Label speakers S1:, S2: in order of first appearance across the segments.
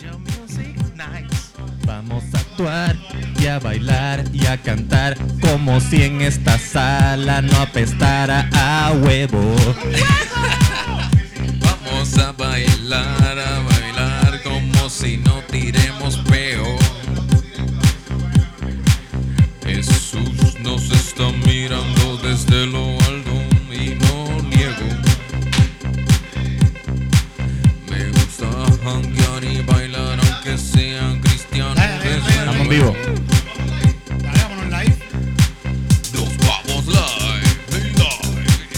S1: your music nice.
S2: Vamos a actuar y a bailar y a cantar como si en esta sala no apestara a huevo.
S3: Vamos a bailar, a bailar como si no tiremos peo. Jesús nos está mirando desde lo alto y no niego. Me gusta janguear y bailar aunque sean cristianos. desde
S2: Estamos en vivo.
S1: Dale, vámonos live.
S3: Nos vamos live, live,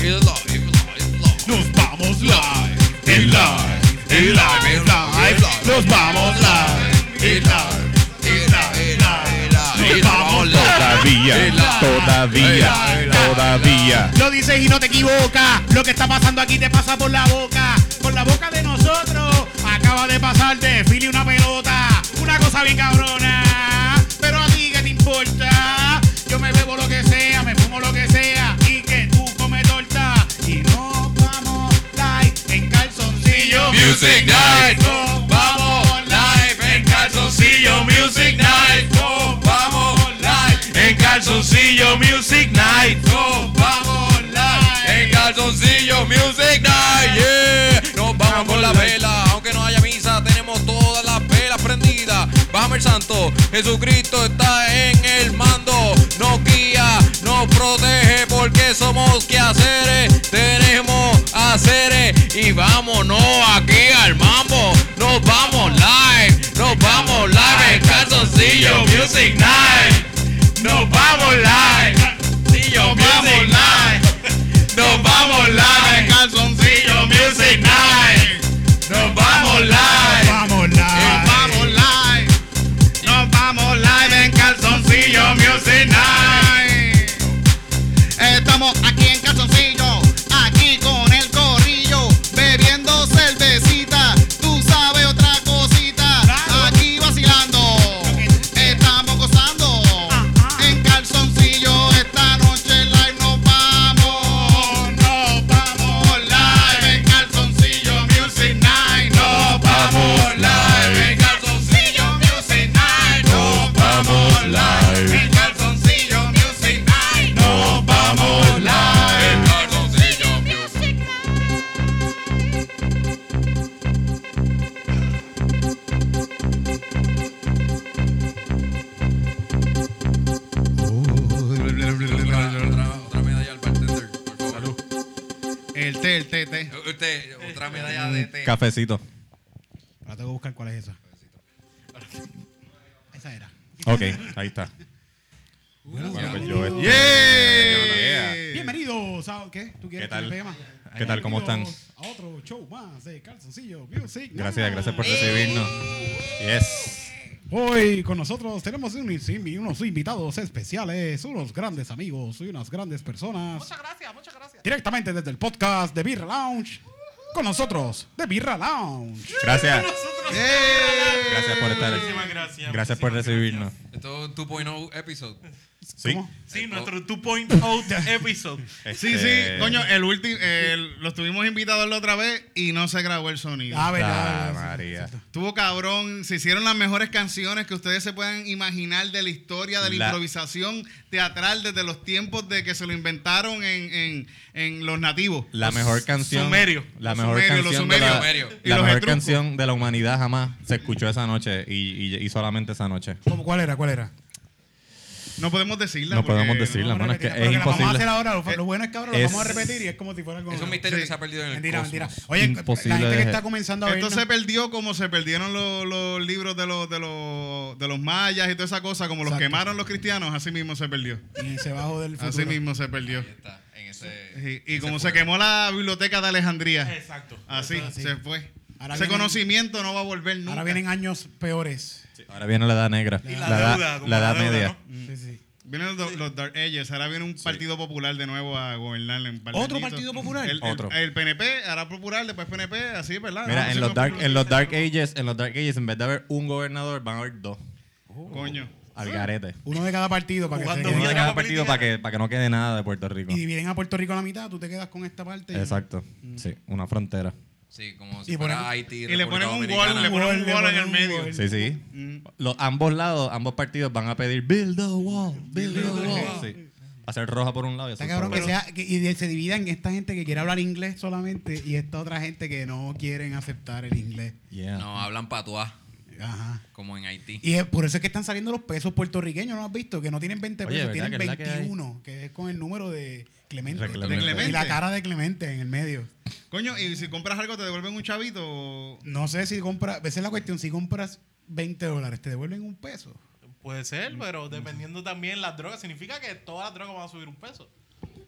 S3: live, live, live.
S1: Nos vamos live.
S3: El live, el live, el live,
S1: Nos vamos live.
S3: el live, el live, el live, el live.
S1: Nos vamos
S2: Todavía, todavía, todavía.
S1: Lo dices y no te equivocas. Lo que está pasando aquí te pasa por la boca. Por la boca de nosotros. Acaba de pasarte, Fili, una pelota. Una cosa bien cabrona. Pero a ti que te importa. Yo me bebo lo que sea, me fumo lo que sea. Y que tú comes torta. Y nos vamos live en calzoncillo.
S3: Music Night,
S1: Nos
S3: vamos live en calzoncillo Music Night, nos vamos live en calzoncillo Music Night, nos vamos live en calzoncillo Music Night, yeah. Nos vamos con la vela, aunque no haya misa, tenemos todas las velas prendidas. Vamos el santo, Jesucristo está en el mando, nos guía, nos protege porque somos quehaceres, tenemos haceres y vámonos aquí al mambo, nos vamos live, nos vamos live en calzoncillo Music Night, nos vamos live, calzoncillo Music Night, nos vamos live, calzoncillo Music Night, nos vamos live.
S1: vamos
S4: Eh,
S1: live.
S3: Nos vamos live, nos vamos live en calzoncillo Music Night.
S4: Eh, Estamos aquí en calzoncillo, aquí con el corrillo, bebiendo cervecita. Tú sabes otra cosita,
S1: Claro.
S4: aquí vacilando. Estamos gozando
S1: Ajá.
S4: en calzoncillo. Esta noche live nos vamos. Nos vamos live en calzoncillo Music Night. Nos
S3: Vamos live en calzoncillo Music Night. Nos vamos live en calzoncillo Music Night. Nos vamos live en calzoncillo Music Night. Otra- Otra medalla al bartender, por favor.
S1: El té, el té, el té.
S3: Usted, otra medalla de té.
S2: Cafecito.
S1: Ahora tengo que buscar cuál es esa. Esa era.
S2: Ok, ahí está. Bueno, pues yo estoy-
S1: Bienvenidos a... ¿Qué? ¿Tú quieres
S2: ¿Qué tal?
S1: que te vea más?
S2: ¿Qué tal? ¿Cómo están?
S1: Bienvenidos A otro show más de Calzoncillo Music.
S2: Gracias,
S1: Night.
S2: gracias por recibirnos. Yes.
S1: Hoy con nosotros tenemos un- unos invitados especiales, unos grandes amigos y unas grandes personas. Muchas gracias, muchas gracias. Directamente desde el podcast de Birra Lounge, con nosotros, de Birra Lounge.
S2: Gracias.
S4: ¡Eh!
S2: Gracias por estar aquí.
S5: Muchísimas gracias.
S2: Gracias por
S5: muchísimas
S2: recibirnos.
S3: Esto es un 2.0 episode.
S2: Sí.
S1: ¿Cómo?
S5: gracias. Sí, nuestro 2.0 episode.
S4: Sí, sí,
S2: Este-
S4: coño, eh, el último, los tuvimos invitados la otra vez y no se grabó el sonido.
S1: Ah,
S2: Ah,
S1: verdad.
S2: María.
S4: Estuvo cabrón, se hicieron las mejores canciones que ustedes se puedan imaginar de la historia, de la,
S2: La-
S4: improvisación teatral desde los tiempos de que se lo inventaron en, en- en los nativos.
S2: La mejor canción.
S5: sumerios.
S2: La
S4: Los
S2: mejor
S4: sumerios, los
S2: canción. de la-
S3: sumerios.
S4: Y
S2: La
S4: los
S2: mejor
S4: etruscos.
S2: canción de la humanidad jamás se escuchó esa noche y, y- y solamente esa noche.
S1: ¿Cómo, ¿Cuál era? ¿Cuál era?
S4: No podemos decirla.
S2: No
S4: porque-
S2: podemos decirla, mano, es que
S1: Pero
S2: es
S1: la vamos a hacer
S2: imposible.
S1: ahora. Lo, lo bueno es que ahora lo
S2: Es-
S1: vamos a repetir y es como si fuera algo.
S3: Es un misterio
S4: Sí.
S3: que se ha perdido en el
S1: Mentira,
S3: cosmos.
S1: mentira. Oye,
S2: Imposible
S1: la gente
S2: de-
S1: que está comenzando a ver.
S4: Esto se perdió como se perdieron los, los libros de los, de, los, de los mayas y toda esa cosa, como los
S1: Exacto.
S4: quemaron los cristianos, así mismo se perdió.
S1: Y Eh, se bajó del futuro.
S4: Así mismo se perdió.
S3: Ahí está, en ese.
S4: Sí, Y,
S3: ese
S4: como se
S3: fuego.
S4: quemó la biblioteca de Alejandría,
S5: Exacto.
S4: así
S1: Eso es así.
S4: se fue.
S1: Ah, Ahora
S4: Ese
S1: vienen-
S4: conocimiento no va a volver nunca.
S1: Ahora vienen años peores.
S2: Ahora viene la edad negra.
S5: Y
S2: la, edad-
S5: deuda, como
S2: la edad
S5: deuda,
S2: media.
S5: ¿no?
S3: Mm.
S1: Sí, sí.
S4: Vienen los, los Dark Ages, ahora viene un partido popular de nuevo a gobernar en
S1: ¿Otro partido popular?
S4: El, el-
S2: Otro.
S4: el PNP, ahora popular, después PNP, así, ¿verdad?
S2: Mira,
S4: Ah,
S2: en
S4: sí,
S2: los
S4: no,
S2: dark,
S4: popular.
S2: en los dark ages, en los dark ages, en vez de haber un gobernador, van a haber dos.
S4: Coño.
S2: Al garete.
S1: Uno de cada partido para que se
S5: Jugando
S1: quede.
S2: Uno de
S5: Dominicana
S2: cada partido
S5: política.
S2: para que, para que no quede nada de Puerto Rico.
S1: Y dividen a Puerto Rico a la mitad, tú te quedas con esta parte. y-
S2: Exacto. Sí, una frontera.
S5: Sí, como si
S1: Y
S5: fuera
S1: ponen-
S5: Haití.
S6: Y le ponen
S5: República
S6: un
S5: Dominicana.
S6: gol, le ponen un
S1: Le
S6: gol en
S1: ponen
S6: el
S1: un
S6: medio.
S1: gol.
S2: Sí, sí. Los, ambos lados, ambos partidos van a pedir build the wall, build the wall. Sí. Hacer roja por un lado y
S1: Está
S2: hacer
S1: cabrón que
S2: roja.
S1: sea, que- y de- se dividan esta gente que quiere hablar inglés solamente y esta otra gente que no quieren aceptar el inglés.
S2: Yeah.
S5: No, hablan patuá,
S1: Ajá.
S5: como en Haití.
S1: Y es- por eso es que están saliendo los pesos puertorriqueños, ¿no has visto? Que no tienen 20
S2: Oye, ¿verdad?
S1: pesos, tienen
S2: Que es la que hay.
S1: 21, que, es con el número de Clemente.
S2: De Clemente.
S1: Y la cara de Clemente en el medio.
S4: Coño, y si compras algo te devuelven un chavito. o-
S1: No sé si compras, esa es la cuestión, si compras 20 dólares, te devuelven un peso.
S6: Puede ser, pero dependiendo también las drogas, significa que todas las drogas van a subir un peso.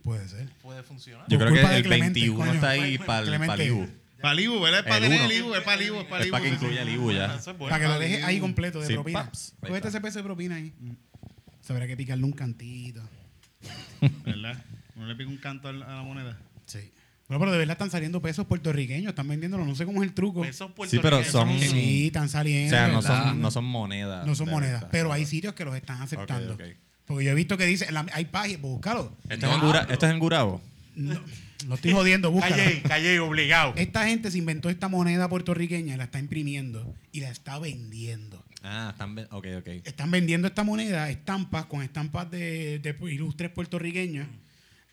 S1: Puede ser.
S6: Puede funcionar.
S2: Yo
S1: Por
S2: creo
S1: culpa
S2: que
S1: de
S2: el
S1: Clemente,
S2: 21
S1: coño.
S2: está ahí para el
S1: Clemente.
S2: Ibu.
S4: Palibu, ¿verdad? Es para
S2: El
S4: el,
S2: uno.
S4: Ibu, es para el Ibu, es para el
S2: Es
S4: Ibu,
S2: para que
S4: sí, sí.
S2: incluya el Ibu ya.
S6: Eso es
S1: Para
S6: bueno.
S1: que lo dejes ahí completo de
S2: Sí,
S1: propina.
S2: paps. Ahí
S1: Cógete
S2: está.
S1: ese peso de propina ahí. Se habrá que picarle un cantito.
S4: ¿Verdad? Uno le pica un canto al- a la moneda.
S1: Sí. Bueno, pero de verdad están saliendo pesos puertorriqueños, están vendiéndolo, no sé cómo es el truco.
S6: Pesos
S2: Sí, pero
S6: puertorriqueños.
S2: son.
S1: Sí, están
S2: O
S1: saliendo.
S2: sea, no
S5: ¿verdad?
S2: son, no son monedas.
S1: No son
S2: de
S1: monedas,
S2: verdad.
S1: pero hay sitios que los están aceptando.
S2: ok.
S1: Porque yo he visto que dice, la- hay páginas, búscalo.
S2: Esto es en Gura- esto es en Gurabo.
S1: No, no estoy jodiendo, búscalo.
S6: Calle, calle, obligado.
S1: Esta gente se inventó esta moneda puertorriqueña, la está imprimiendo y la está vendiendo.
S2: Ah, están. ve- Ok, ok.
S1: Están vendiendo esta moneda, estampas, con estampas de, de ilustres puertorriqueños.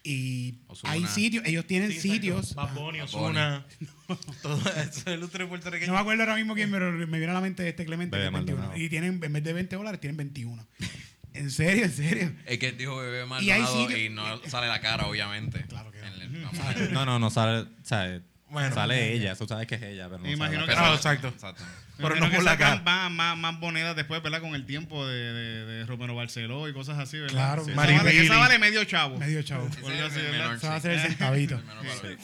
S1: Y
S5: Ozuna.
S1: hay sitios, ellos tienen
S6: Sí,
S1: sitios.
S6: exacto. Bad Bunny,
S5: Bad
S6: Ozuna. Todo eso es lustre
S1: Ah, No me
S6: puertorriqueño.
S1: acuerdo ahora mismo quién, pero me viene a la mente este Clemente. que
S2: Bebé
S1: es 21.
S2: Maldonado.
S1: Y tienen, en vez de 20 dólares, tienen 21. en serio, en serio.
S5: Es que dijo bebé
S1: Y hay
S5: Maldonado
S1: sitio-
S5: y, no sale la cara, obviamente.
S1: eh, Claro que no.
S5: En el- no sale.
S2: No, no, no sale. sale-
S6: Bueno.
S2: sale ella, tú sabes que es ella, pero no
S4: Imagino
S2: sale
S4: que-
S2: la
S6: Ah,
S2: cara.
S6: exacto.
S5: Exacto.
S6: Pero
S4: Imagino
S6: no
S4: que
S6: por la
S4: sacan
S6: cara.
S4: Más, más, más monedas después, ¿verdad? Con el tiempo de, de, de Romero Barceló y cosas así, ¿verdad?
S1: Claro,
S4: Sí, esa,
S6: Maribili.
S4: vale, esa vale medio chavo.
S1: Medio chavo.
S4: Por Eh, Dios, sí,
S5: el
S4: ¿verdad?
S5: menor,
S1: Se va a
S5: sí.
S1: hacer el centavito.
S5: El menor valor.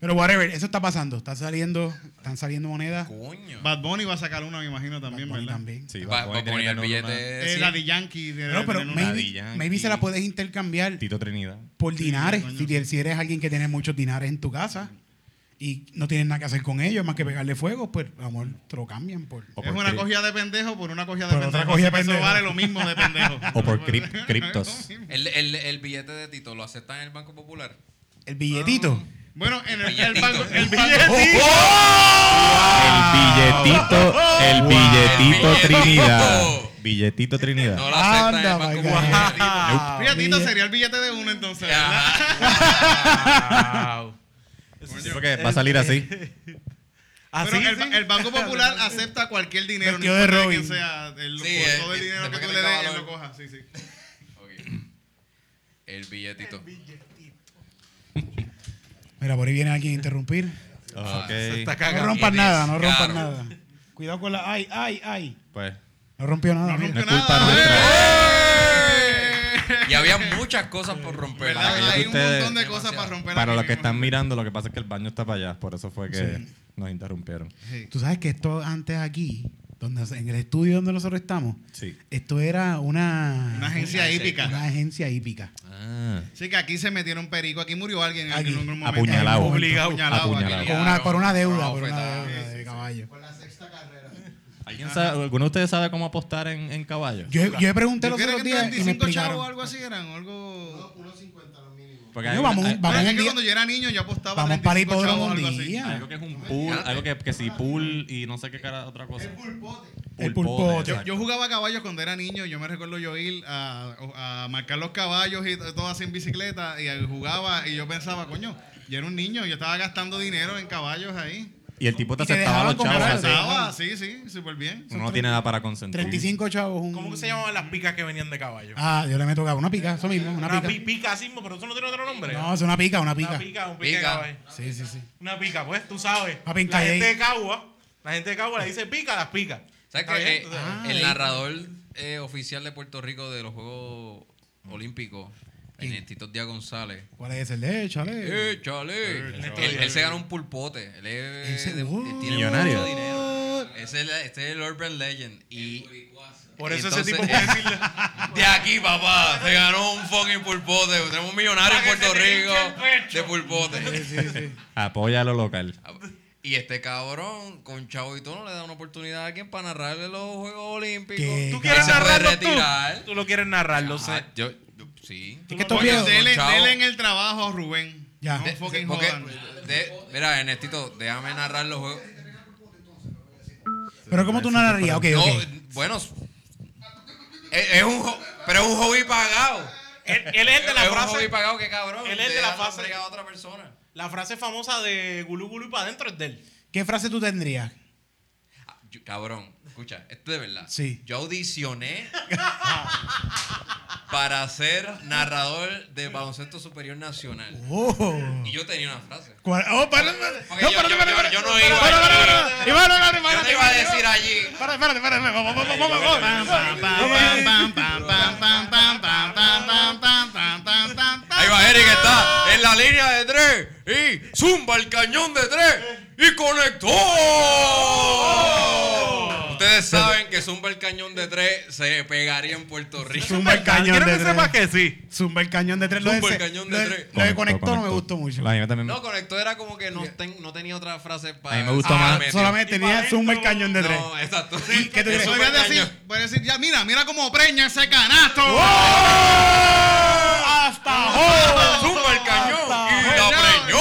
S1: Pero whatever, eso está pasando. Están saliendo, están saliendo monedas.
S5: Coño.
S4: Bad Bunny va a sacar una, me imagino, también,
S1: Bad Bunny
S4: ¿verdad?
S1: también.
S2: Sí,
S5: Va,
S2: va,
S5: va a
S2: tiene que
S5: poner el
S2: tener una-
S5: billete.
S4: Eh,
S5: sí.
S4: la de Yankee. de-
S1: No, pero
S4: de-
S1: maybe,
S2: Daddy
S1: maybe se la
S2: Yankee.
S1: puedes intercambiar
S2: Tito Trinidad.
S1: por
S4: Sí,
S1: dinares.
S4: coño.
S1: si, si eres alguien que tiene muchos dinares en tu casa y no tienes nada que hacer con ellos más que pegarle fuego, pues amor, te lo cambian por.
S2: O
S4: Es
S2: por
S4: una
S2: cri-
S4: cogida de pendejo por una cogida de
S1: Por otra
S4: pendejo.
S1: cogida de
S4: Eso
S1: pendejo.
S4: vale lo mismo de pendejo.
S2: O por crip- criptos.
S5: El, el, el billete de Tito lo aceptan en el Banco Popular.
S1: El billetito.
S4: Bueno, en el, el
S5: Billetito.
S4: banco. El
S5: El
S4: billetito.
S2: El billetito, el billetito
S5: Wow.
S2: Trinidad.
S5: Billetito.
S2: Billetito Trinidad.
S5: No lo aceptan en
S1: Anda,
S5: el
S1: my
S5: Banco
S1: God.
S5: Popular.
S1: Ah,
S4: Billetito sería el billete de uno entonces. ¿verdad?
S5: Ajá.
S6: Wow.
S2: Sí, porque va a salir así.
S6: Así,
S4: Pero el,
S6: sí.
S4: el Banco Popular acepta cualquier dinero, no
S1: Ah, Vestido de
S4: importa de
S1: Robin.
S4: quién sea, el,
S5: Sí,
S4: por
S5: el-
S4: todo el
S5: el-
S4: dinero que
S5: después
S4: tú
S5: que
S4: le
S5: tenga
S4: des, él lo
S5: valor.
S4: coja, sí, sí.
S5: Ok. El billetito.
S1: Mira, por ahí viene alguien a interrumpir. Ah,
S6: Se
S2: Ok.
S6: está
S1: No
S6: cagando.
S1: rompan
S5: Eres
S1: nada, no rompan
S5: caro.
S1: nada. Cuidado con la. ¡Ay, ay, ay!
S2: Pues.
S1: No rompió nada. mira.
S2: No es culpa nuestra.
S5: ¡Eh! Y había muchas cosas por romper.
S4: ¿Verdad?
S2: que
S4: Hay un
S2: ustedes-
S4: montón de cosas para
S5: Demasiado.
S4: romper
S2: Para
S4: aquí
S2: los que
S4: mismo.
S2: están mirando, lo que pasa es que el baño está para allá. Por eso fue que nos interrumpieron.
S1: Tú sabes que esto antes aquí, donde en el estudio donde nosotros estamos,
S2: Sí.
S1: esto era una.
S4: Una agencia hípica.
S1: Una agencia hípica.
S2: Ah.
S4: Así que aquí se metieron perico, aquí murió alguien en
S1: Aquí.
S4: algún momento.
S2: Apuñalado.
S4: Obligado.
S2: Apuñalado.
S4: Apuñalado.
S1: Con una, por una deuda,
S5: Ah, Una
S1: por una
S5: bofetada.
S1: deuda de caballo.
S2: ¿Alguien sabe- ¿Alguno de ustedes sabe cómo apostar en, en caballo?
S1: Yo, yo pregunté
S4: ¿Tú
S1: los
S4: crees
S1: otros
S4: que
S1: días y me
S4: 35 chavos o
S1: explicaron.
S4: algo así eran? o Algo...
S2: Porque
S1: Yo,
S2: hay-
S1: vamos-
S2: hay-
S1: vamos
S4: Pero
S1: un
S4: es que
S1: día-
S4: cuando yo era niño yo apostaba
S1: Vamos para el
S4: 35
S1: hipódromo
S4: chavos o
S1: un
S4: algo así.
S1: día.
S2: Algo que es un pool, algo que, que si pool y no sé qué cara otra cosa. El pulpote.
S1: El pulpote.
S4: Yo, yo jugaba a caballos cuando era niño. Yo me recuerdo yo ir a, a marcar los caballos y todo así en bicicleta. Y jugaba y yo pensaba, coño, yo era un niño. Yo estaba gastando dinero en caballos ahí.
S2: y el tipo te
S1: Y te
S2: aceptaba a los
S1: dejaban
S2: chavos
S1: comprar.
S2: así.
S4: Pensaba, sí, sí, súper bien.
S2: Uno no tiene nada para consentir.
S1: 35 chavos. Un...
S6: ¿Cómo que se llamaban las picas que venían de caballo?
S1: Ah, yo le meto cabo. Una pica, eso mismo. Una,
S6: Una pi-
S1: pica.
S6: pica así, pero eso no tiene otro nombre.
S1: No, es una pica, una
S6: Una
S1: pica.
S6: pica, un pica de
S5: Pica.
S6: caballo.
S1: Sí, sí, sí.
S6: Una pica, pues, tú sabes.
S1: Papi, en
S6: la
S1: calle.
S6: gente de Cagua, la gente de Cagua le dice pica, las pica.
S5: ¿Sabes
S6: ¿Está
S5: que
S6: bien?
S5: eh, el narrador eh, oficial de Puerto Rico de los Juegos Olímpicos, Ernesto Díaz González,
S1: ¿Cuál es el de échale?
S5: ¡Eh, chale! Él,
S6: Díaz.
S5: él se gana un pulpote. Él es,
S1: Ese-
S5: de-
S1: oh.
S5: tiene
S2: Millonario.
S5: mucho dinero. Ese es, la- este es el Urban Legend. Y,
S6: Por eso
S5: Eh, entonces,
S6: ese tipo puede decirle.
S5: De aquí, papá, se ganó un fucking pulpote. Tenemos un millonario en
S6: Para que
S5: Puerto
S6: se te hinche
S5: Rico
S6: el pecho.
S5: de pulpote.
S1: Sí, sí.
S2: Apoya lo local.
S5: Y este cabrón, con Chavo y todo, no le da una oportunidad a alguien para narrarle los Juegos Olímpicos.
S1: ¿Qué?
S6: ¿Tú
S1: ¿Tú
S6: quieres
S5: se puede
S6: narrarlo
S5: retirar.
S6: tú? Tú lo quieres narrar, lo sé.
S5: Ah, yo, yo- sí.
S1: Es que estos
S4: Oye,
S1: viejos.
S4: dele,
S5: Chavo.
S4: dele en el trabajo a Rubén.
S1: Ya.
S4: No
S1: De-
S4: fucking
S5: Porque
S4: jodan.
S5: de- Mira, Ernestito, déjame narrar los juegos.
S7: Pero ¿cómo tú no narrarías? Ok,
S5: No,
S7: ok.
S5: bueno. Es, es un, jo- pero es un hobby pagado.
S6: Él, él es el de la
S5: es un
S6: frase.
S5: hobby pagado, qué cabrón.
S6: Él es de la
S5: Deja
S6: frase-
S5: brigar a otra persona.
S6: La frase famosa de Gulu Gulu para adentro es de él.
S7: ¿Qué frase tú tendrías?
S5: Ah, yo- cabrón, escucha, esto de verdad.
S7: Sí.
S5: Yo audicioné para ser narrador de baloncesto superior nacional.
S7: Oh.
S5: Y yo tenía una frase.
S7: ¿Cuál? Oh, para, para.
S5: Porque
S7: No,
S5: yo-
S7: para,
S5: yo-
S7: para,
S5: yo-
S7: para.
S5: yo no
S7: Para,
S5: iba-
S7: para,
S5: yo
S7: para,
S5: no
S7: para.
S5: iba.
S7: Iván, no, no,
S5: Yo
S7: Iván,
S5: te iba a
S7: Iván,
S5: decir
S7: Iván.
S5: allí.
S7: Para, espérate, espérate. Vamos, vamos, vamos, vamos.
S8: Pam, pam, pam, pam, pam, pam, pam, pam, pam, pam, pam, pam, pam, pam, pam, pam.
S5: Ahí va Eric, está en la línea de tres. Y zumba el cañón de tres. Y conectó. Ustedes saben que zumba el cañón de tres se pegaría en Puerto Rico.
S7: Zumba el cañón
S6: Quiero
S7: de
S6: que
S7: tres.
S6: sepa que sí.
S7: Zumba el cañón de tres. Lo
S5: Zumba
S7: de-
S5: el cañón de
S7: lo
S5: tres.
S7: Lo de conector no me gustó mucho.
S2: La mía también.
S5: No, conectó era como que no, ten- no tenía otra frase para.
S2: A mí me gustó más.
S5: meter.
S7: Solamente
S6: Y
S7: tenía
S6: para
S7: zumba el
S6: adentro.
S7: cañón de tres.
S5: No, exacto.
S7: qué tú
S5: Eso
S7: crees?
S5: fue
S4: Voy a
S5: el
S4: decir,
S5: cañón.
S4: voy a decir, ya, mira, mira cómo preña ese canasto.
S1: ¡Oh!
S7: ¡Hasta hoy!
S5: Zumba el cañón y la
S4: Hasta-
S5: preñó.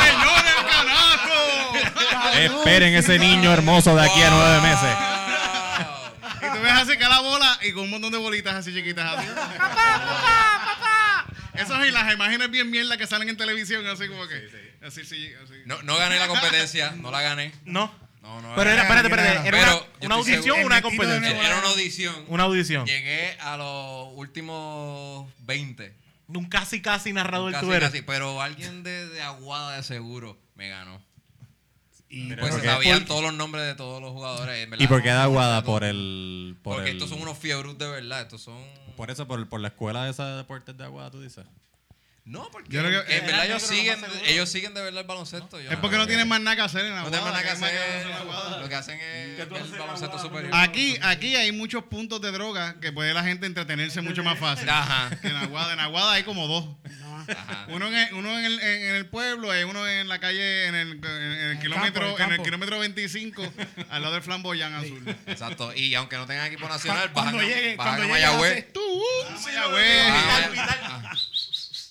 S4: ¡Preñó del canasto!
S2: Esperen ese niño hermoso de aquí a nueve meses.
S5: Pues meses.
S4: Y tú ves así que la bola y con un montón de bolitas así chiquitas. Así. ¡Papá, papá, papá! Eso y las imágenes bien mierda que salen en televisión, así como que. Así, sí, así.
S5: No, no gané la competencia, no la gané.
S6: No.
S5: No, no. la
S6: Pero era,
S5: gané.
S6: espérate, espérate.
S5: Pero
S6: Era
S5: yo
S6: una,
S5: estoy
S6: una audición
S5: seguro.
S6: o una competencia.
S5: era una audición.
S6: Una audición.
S5: Llegué a los últimos 20.
S6: Un casi casi narrador
S5: Casi,
S6: tú eres.
S5: casi, pero alguien de, de Aguada de seguro me ganó.
S7: Y-
S5: Pues
S2: ¿por qué?
S5: sabían todos los nombres de todos los jugadores. en verdad.
S2: ¿Y por qué da aguada por el. Por
S5: Porque
S2: el-
S5: estos son unos fiebrus de verdad. Estos son.
S2: Por eso, por, por la escuela esa de deportes de aguada, tú dices.
S5: No, porque
S4: Yo creo que-
S5: en verdad ellos
S6: Yo creo que
S5: siguen,
S6: lo más seguro.
S5: ellos siguen de verdad el baloncesto. yo
S4: Es porque no tienen más nada que hacer en la
S5: No tienen más nada que
S4: guada, que
S5: hacer.
S4: en la guada.
S5: Lo que hacen es
S6: ¿Qué tú haces
S5: el
S6: en la
S5: baloncesto
S6: guada?
S5: superior.
S4: Aquí, aquí hay muchos puntos de droga que puede la gente entretenerse mucho más fácil.
S5: Ajá.
S4: Que En Aguada, en Aguada hay como dos.
S5: Ajá.
S4: Uno en el, uno en el, en- en el pueblo, hay uno en la calle, en el, en el kilómetro,
S7: campo, en el
S4: en el
S7: campo.
S4: kilómetro 25, al lado del flamboyán azul.
S5: Exacto. Y aunque no tengan equipo nacional, bajan
S7: Cuando
S5: a-
S7: llegue,
S5: bajan
S7: cuando
S5: a
S7: llegue,
S5: Mayagüez.
S7: hace-
S4: Tú, Mayagüez.
S5: Bajan a-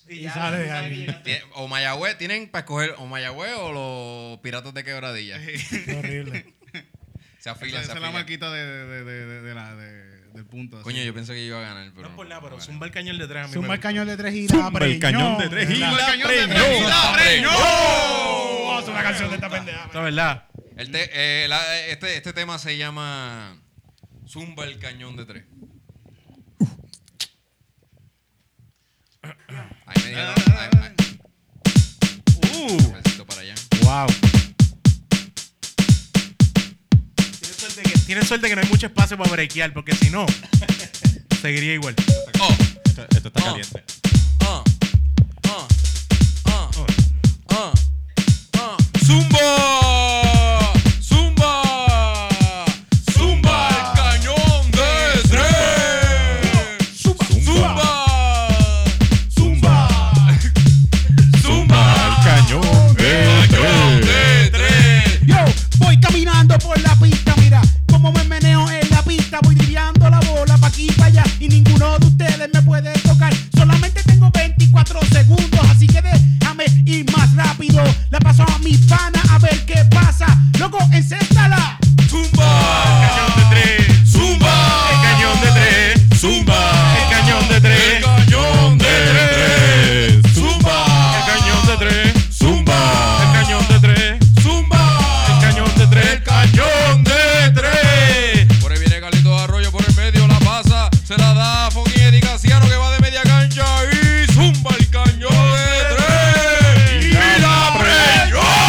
S7: Y sale de ahí.
S5: Tie- O Mayagüez, tienen para escoger o Mayagüez o los Piratas de Quebradilla.
S7: Qué horrible.
S5: Se
S4: Esa
S5: afilan,
S4: esa
S5: se
S4: es la
S5: afilan.
S4: marquita de, de- de- de- de la- de- del punto. así.
S5: Coño, yo pensé que iba a ganar, pero.
S6: No es por nada, pero
S5: no
S6: zumba el cañón de tres a mí me
S7: Zumba el
S6: gusta.
S7: cañón de tres y
S2: Zumba
S7: la
S2: el
S7: preñó.
S2: cañón de tres y
S4: Zumba el
S7: ¿Verdad?
S4: cañón
S2: preñó.
S4: de tres, la preñó.
S7: Oh, es una canción de esta pendeja.
S6: La verdad.
S5: ganó. El te- eh, la- este, este tema se llama Zumba el cañón de tres. Ahí me dieron. ahí- ahí-
S6: Uh.
S5: Pasito para allá.
S7: Wow.
S6: Tienes suerte, que, tienes suerte que no hay mucho espacio para brequear, porque si no, seguiría igual.
S4: Ah.
S5: Oh,
S2: Esto, esto está
S5: Oh.
S2: caliente.
S5: oh, oh, oh, oh, oh. ¡Zumba! ¡Zumba! ¡Zumba el cañón de tres! ¡Zumba! ¡Zumba!
S2: Al
S5: ¡Zumba! ¡Zumba!
S2: cañón
S6: Eh,
S2: de
S5: el cañón de tres!
S7: Yo voy caminando por la pista, mira cómo me meneo en la pista. Voy driblando la bola pa' aquí pa' allá y ninguno de ustedes me puede tocar. Solamente tengo 24 segundos, así que déjame ir más rápido. La paso a mi pana a ver qué pasa. Loco, encéstala.
S5: ¡Zumba!
S6: tres.
S5: ¡Zumba!
S6: El cañón de tres.
S5: ¡Zumba!
S6: El cañón de tres.
S5: ¡El cañón de tres! ¡Zumba!
S6: de tres.
S5: ¡Zumba!
S6: de tres.
S5: ¡Zumba!
S6: El cañón de tres.
S5: ¡El cañón de tres! Por ahí viene Carlito Arroyo por el medio, la pasa, se la da a Foggy Eddie Casiano que va de media cancha y zumba el cañón de tres. ¡Y la preñó!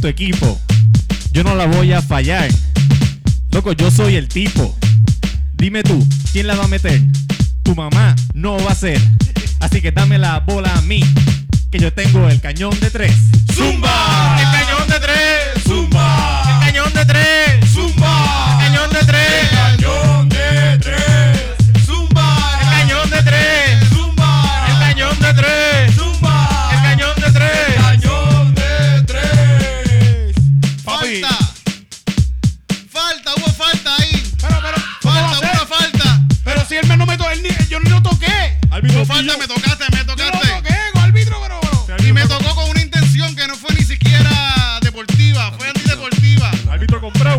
S2: tu equipo. Yo no la voy a fallar. Loco, yo soy el tipo. Dime tú, ¿quién la va a meter? Tu mamá no va a ser. Así que dame la bola a mí, que yo tengo el cañón de tres.
S5: Zumba.
S6: El cañón de tres.
S5: Zumba.
S6: El cañón de tres.
S5: Zumba.
S6: El cañón de
S5: El
S6: tres.
S5: cañón de tres. Zumba.
S6: El cañón de tres.
S5: Zumba.
S6: El cañón de tres.
S5: Zumba.
S6: El cañón de
S5: El
S6: tres.
S5: cañón de tres.
S6: Papi.
S4: Falta. Falta, hubo falta ahí. falta, hubo falta.
S8: Pero si él me no me to- él ni- yo no lo toqué.
S4: Hubo falta, me tocaste, me
S8: Yo no lo
S4: tocaste.
S8: toqué, árbitro, pero.
S4: Y me tocó con una intención que no fue ni siquiera deportiva, fue antideportiva.
S1: Árbitro comprado.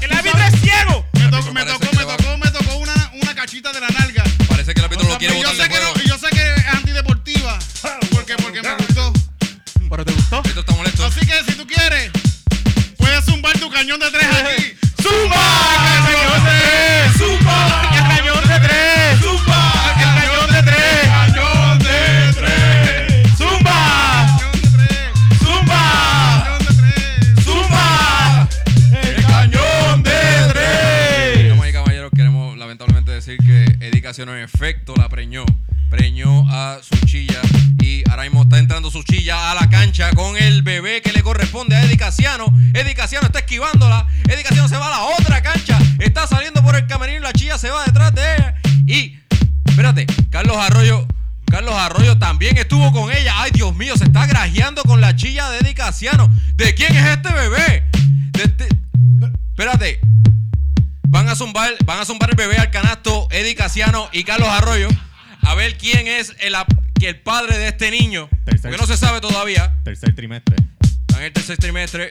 S6: El árbitro es ciego.
S4: Me tocó, me
S5: Parece
S4: tocó,
S5: que
S4: me
S5: va.
S4: tocó, me tocó una, una cachita de la nalga.
S5: Parece que el árbitro lo quiere
S4: Y yo,
S5: botar
S4: sé
S5: del
S4: que no-
S5: juego.
S4: y yo sé que es antideportiva. Porque, porque me gustó.
S6: ¿Pero te gustó?
S5: Esto está molesto.
S4: Así que si tú quieres, puedes zumbar tu cañón de tres aquí.
S6: ¡Zumba! El cañón de tres.
S5: Zumba.
S6: El cañón de tres.
S5: Zumba.
S6: El cañón de tres.
S5: Cañón de tres.
S6: Zumba.
S4: Cañón de tres,
S6: Zumba.
S4: cañón de tres.
S6: Zumba.
S5: El cañón de
S6: tres.
S5: Damas y caballeros, queremos lamentablemente decir que Edicación en efecto la preñó. Preñó a su chilla y ahora mismo está entrando su chilla a la cancha con el bebé que le corresponde a Edicaciano. Edicaciano está esquivándola. Edicaciano se va a la otra cancha. Está saliendo por el camerino. La chilla se va detrás de ella. Y, espérate, Carlos Arroyo. Carlos Arroyo también estuvo con ella. Ay, Dios mío, se está grajeando con la chilla de Edicaciano. ¿De quién es este bebé? De este- Espérate, Van a zumbar, van a zumbar el bebé al canasto Eddie Casiano y Carlos Arroyo a ver quién es el, ap- que el padre de este niño.
S2: Tercer.
S5: Porque no se sabe todavía.
S2: Tercer trimestre.
S5: Están en el tercer trimestre.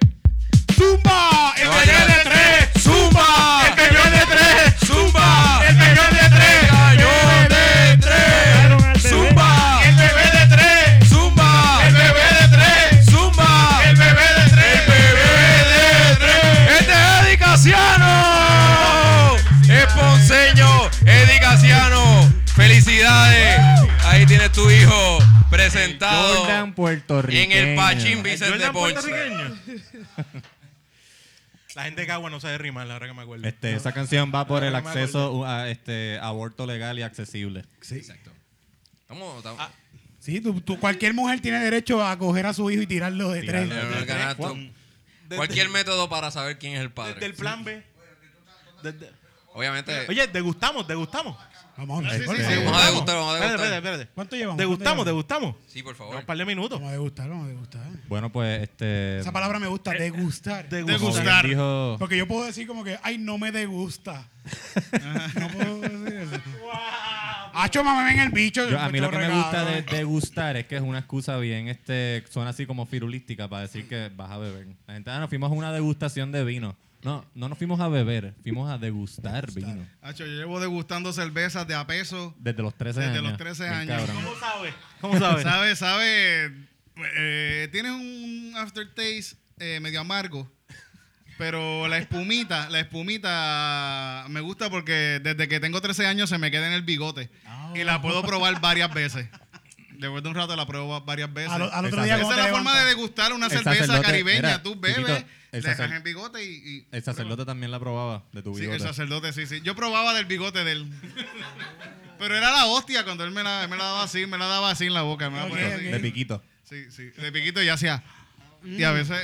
S6: Zumba. El cañón de tres.
S5: ¡Zumba!
S6: El cañón de tres.
S5: ¡Zumba!
S6: El cañón de tres.
S5: ¡Cañón de tres! ¡Zumba!
S6: El bebé de tres.
S5: ¡Zumba!
S6: El bebé de tres.
S5: ¡Zumba!
S6: El bebé de tres.
S5: ¡El bebé de tres! ¡Este es Eddie Casiano! ¡Es ponceño! ¡Eddie Casiano! ¡Felicidades! Ahí tienes tu hijo presentado
S2: Jordan
S5: en
S2: puertorriqueño.
S5: el Pachín Vicente
S1: Jordan
S5: Ponce.
S1: puertorriqueño.
S6: La gente de Cagua no sabe rimar, ahora que me acuerdo.
S2: Este, esa canción va por el
S6: no me acuerdo.
S2: acceso a este aborto legal y accesible.
S5: Estamos- estamos-
S1: Sí, tú, tú- cualquier mujer tiene derecho a coger a su hijo y tirarlo de
S2: Tirarlo
S1: tres.
S5: Pero no ganaste. Cualquier método para saber quién es el padre.
S6: Del plan B. Desde-
S5: Obviamente.
S6: Oye, degustamos, degustamos.
S1: Vamos,
S4: Sí, sí,
S1: eh, vamos,
S4: sí.
S5: Vamos a degustar, vamos a
S6: Espérate, espérate,
S5: degustar.
S6: Eh, espérate.
S1: ¿Cuánto llevamos?
S6: Degustamos,
S1: ¿Cuánto llevamos?
S6: damos
S5: Sí, por
S6: Un
S5: favor.
S6: par de minutos.
S1: Vamos a degustar, vamos a degustar. ¿eh?
S2: Bueno, pues este.
S1: Esa palabra me
S4: Eh,
S1: gusta, degustar.
S2: como bien
S4: gustar.
S2: Dijo,
S1: Porque yo puedo decir como que, ay, no me degusta. no puedo decir eso. Acho, mamá, ven el bicho.
S2: yo- a mí lo que me gusta de,
S1: de...
S2: de gustar es que es una excusa bien, este, suena así como firulística para decir que vas a beber. La gente, ah, nos fuimos a una degustación de vino. No, no nos fuimos a beber, fuimos a degustar vino.
S4: Hacho, yo llevo degustando cervezas de a peso.
S2: Desde los 13
S4: Desde
S2: años.
S4: los 13
S2: Bien
S4: años.
S2: cabrón.
S6: ¿Cómo sabes? ¿Cómo sabes?
S4: Sabe, sabe. eh, tiene un aftertaste eh, medio amargo. Pero la espumita, la espumita me gusta porque desde que tengo 13 años se me queda en el bigote. Y la puedo probar varias veces. Después de un rato la pruebo varias veces.
S1: Al, al otro
S2: Esa-
S1: día
S4: Esa
S1: cuando
S4: es
S1: te
S4: la forma
S1: levantas.
S4: de degustar una
S2: El
S4: cerveza
S2: sacerdote,
S4: caribeña.
S2: mira,
S4: Tú bebes,
S2: chiquito, el
S4: dejas
S2: sacer-
S4: el bigote y... y-
S2: El sacerdote también la probaba de tu
S4: sí,
S2: bigote.
S4: el sacerdote, sí, sí. Yo probaba del bigote de él. Pero era la hostia cuando él me la, me la daba así, me la daba así en la boca. Me la
S1: Ok,
S4: ponía así.
S1: ok.
S2: de piquito.
S4: Sí, sí. De piquito ya hacía. Y a veces,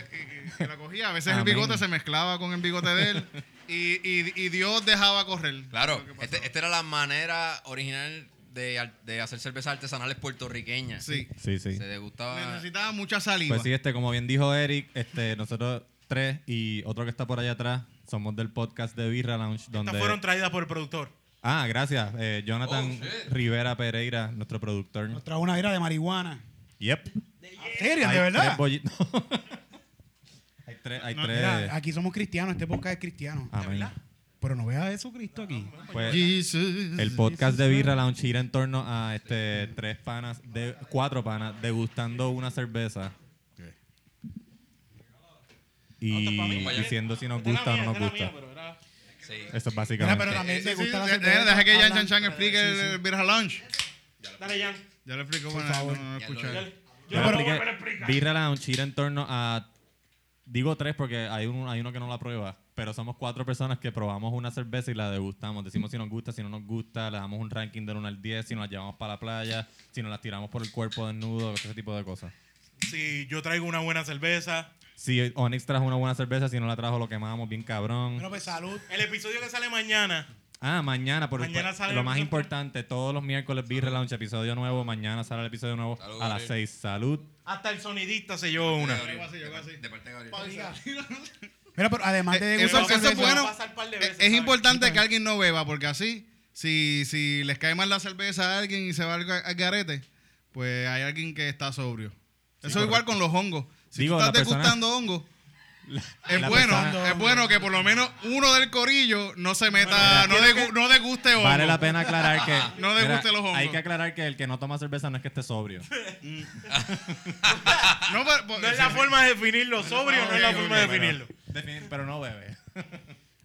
S4: y- y- y la cogía, a veces el
S2: Amén.
S4: bigote se mezclaba con el bigote de él. Y, y- y Dios dejaba correr.
S5: Claro, este- esta era la manera original de, ar- de hacer cervezas artesanales puertorriqueñas.
S4: Sí.
S2: Sí, sí.
S5: Se degustaba.
S4: Necesitaba mucha saliva.
S2: Pues sí, este, como bien dijo Eric, este, nosotros tres y otro que está por allá atrás somos del podcast de Birra Lounge, donde...
S6: Estas fueron traídas por el productor.
S2: Ah, gracias. eh,
S5: Oh,
S2: Jonathan
S5: shit.
S2: Rivera Pereira, nuestro productor.
S1: Nos trajo una ira de marihuana.
S2: Yep.
S1: ¿En serio?
S2: Hay
S1: ¿De verdad?
S2: tres bolli- No. hay tres... Hay tres... Ah.
S1: Mira, aquí somos cristianos, este podcast es cristiano.
S2: Amén.
S1: Pero no veas a Jesucristo
S4: Ah,
S1: aquí.
S2: Pues,
S4: Jesus.
S2: el podcast de Birra Lounge gira en torno a este, tres panas, de, cuatro panas, degustando una cerveza. Y diciendo si nos gusta o no nos gusta.
S5: Sí.
S2: Eso es
S1: pues. Mira, pero
S2: básicamente.
S1: también
S4: Sí,
S1: te
S4: Eh, sí,
S1: gusta la
S4: de-
S1: cerveza.
S4: de- Deja que Jan
S1: hablan-
S4: Chan Chan explique el, el Birra Lounge.
S6: Dale, Jan.
S4: Ya le explico,
S1: Por
S4: bueno, no,
S1: favor.
S4: no, no
S5: Ya
S4: escuché.
S5: lo-
S2: Yo
S1: Pero-
S2: expliqué, Birra Lounge gira en torno a Digo tres porque hay, un- hay uno que no la prueba, pero somos cuatro personas que probamos una cerveza y la degustamos. Decimos si nos gusta, si no nos gusta, le damos un ranking del 1 al 10, si nos la llevamos para la playa, si nos la tiramos por el cuerpo desnudo, ese tipo de cosas.
S6: Si yo traigo una buena cerveza.
S2: Si Onyx trajo una buena cerveza, si no la trajo, lo quemamos bien cabrón.
S1: Bueno, pues salud.
S6: El episodio que sale mañana.
S2: Ah, mañana, por
S6: Mañana
S2: por-
S6: sale
S2: lo
S6: el
S2: más
S6: episodio.
S2: importante, todos los miércoles Beer Relaunch, episodio nuevo, mañana sale el episodio nuevo
S5: Salud,
S2: a las
S5: Gabriel.
S2: 6. Salud.
S6: Hasta el sonidista se llevó una.
S5: Gabriel,
S4: Yo hago así, yo hago así.
S5: De parte de Gabriel.
S1: Mira, pero además de
S4: Eh,
S1: degustar
S4: eso- eso
S1: cerveza-
S4: es bueno.
S6: Pasar par de
S4: Es,
S6: veces,
S4: es
S6: ¿sabes?
S4: importante que alguien no beba, porque así, si, si les cae mal la cerveza a alguien y se va al, ga- al garete, pues hay alguien que está sobrio. Eso es igual con los hongos. Si
S2: Digo,
S4: tú estás
S2: la persona-
S4: degustando hongos, es
S2: la
S4: bueno,
S2: persona-
S4: es bueno que por lo menos uno del corillo no se meta, no, degu- no deguste hongos.
S2: Vale la pena aclarar que.
S4: No le gusten los hongos.
S2: Hay que aclarar que el que no toma cerveza no es que esté sobrio.
S4: No, pa- pa-
S6: No es la
S4: sí.
S6: forma de definirlo, sobrio, no es la
S2: Ok,
S6: forma
S2: ok,
S6: de
S2: pero-
S6: definirlo.
S2: defini- Pero no bebe.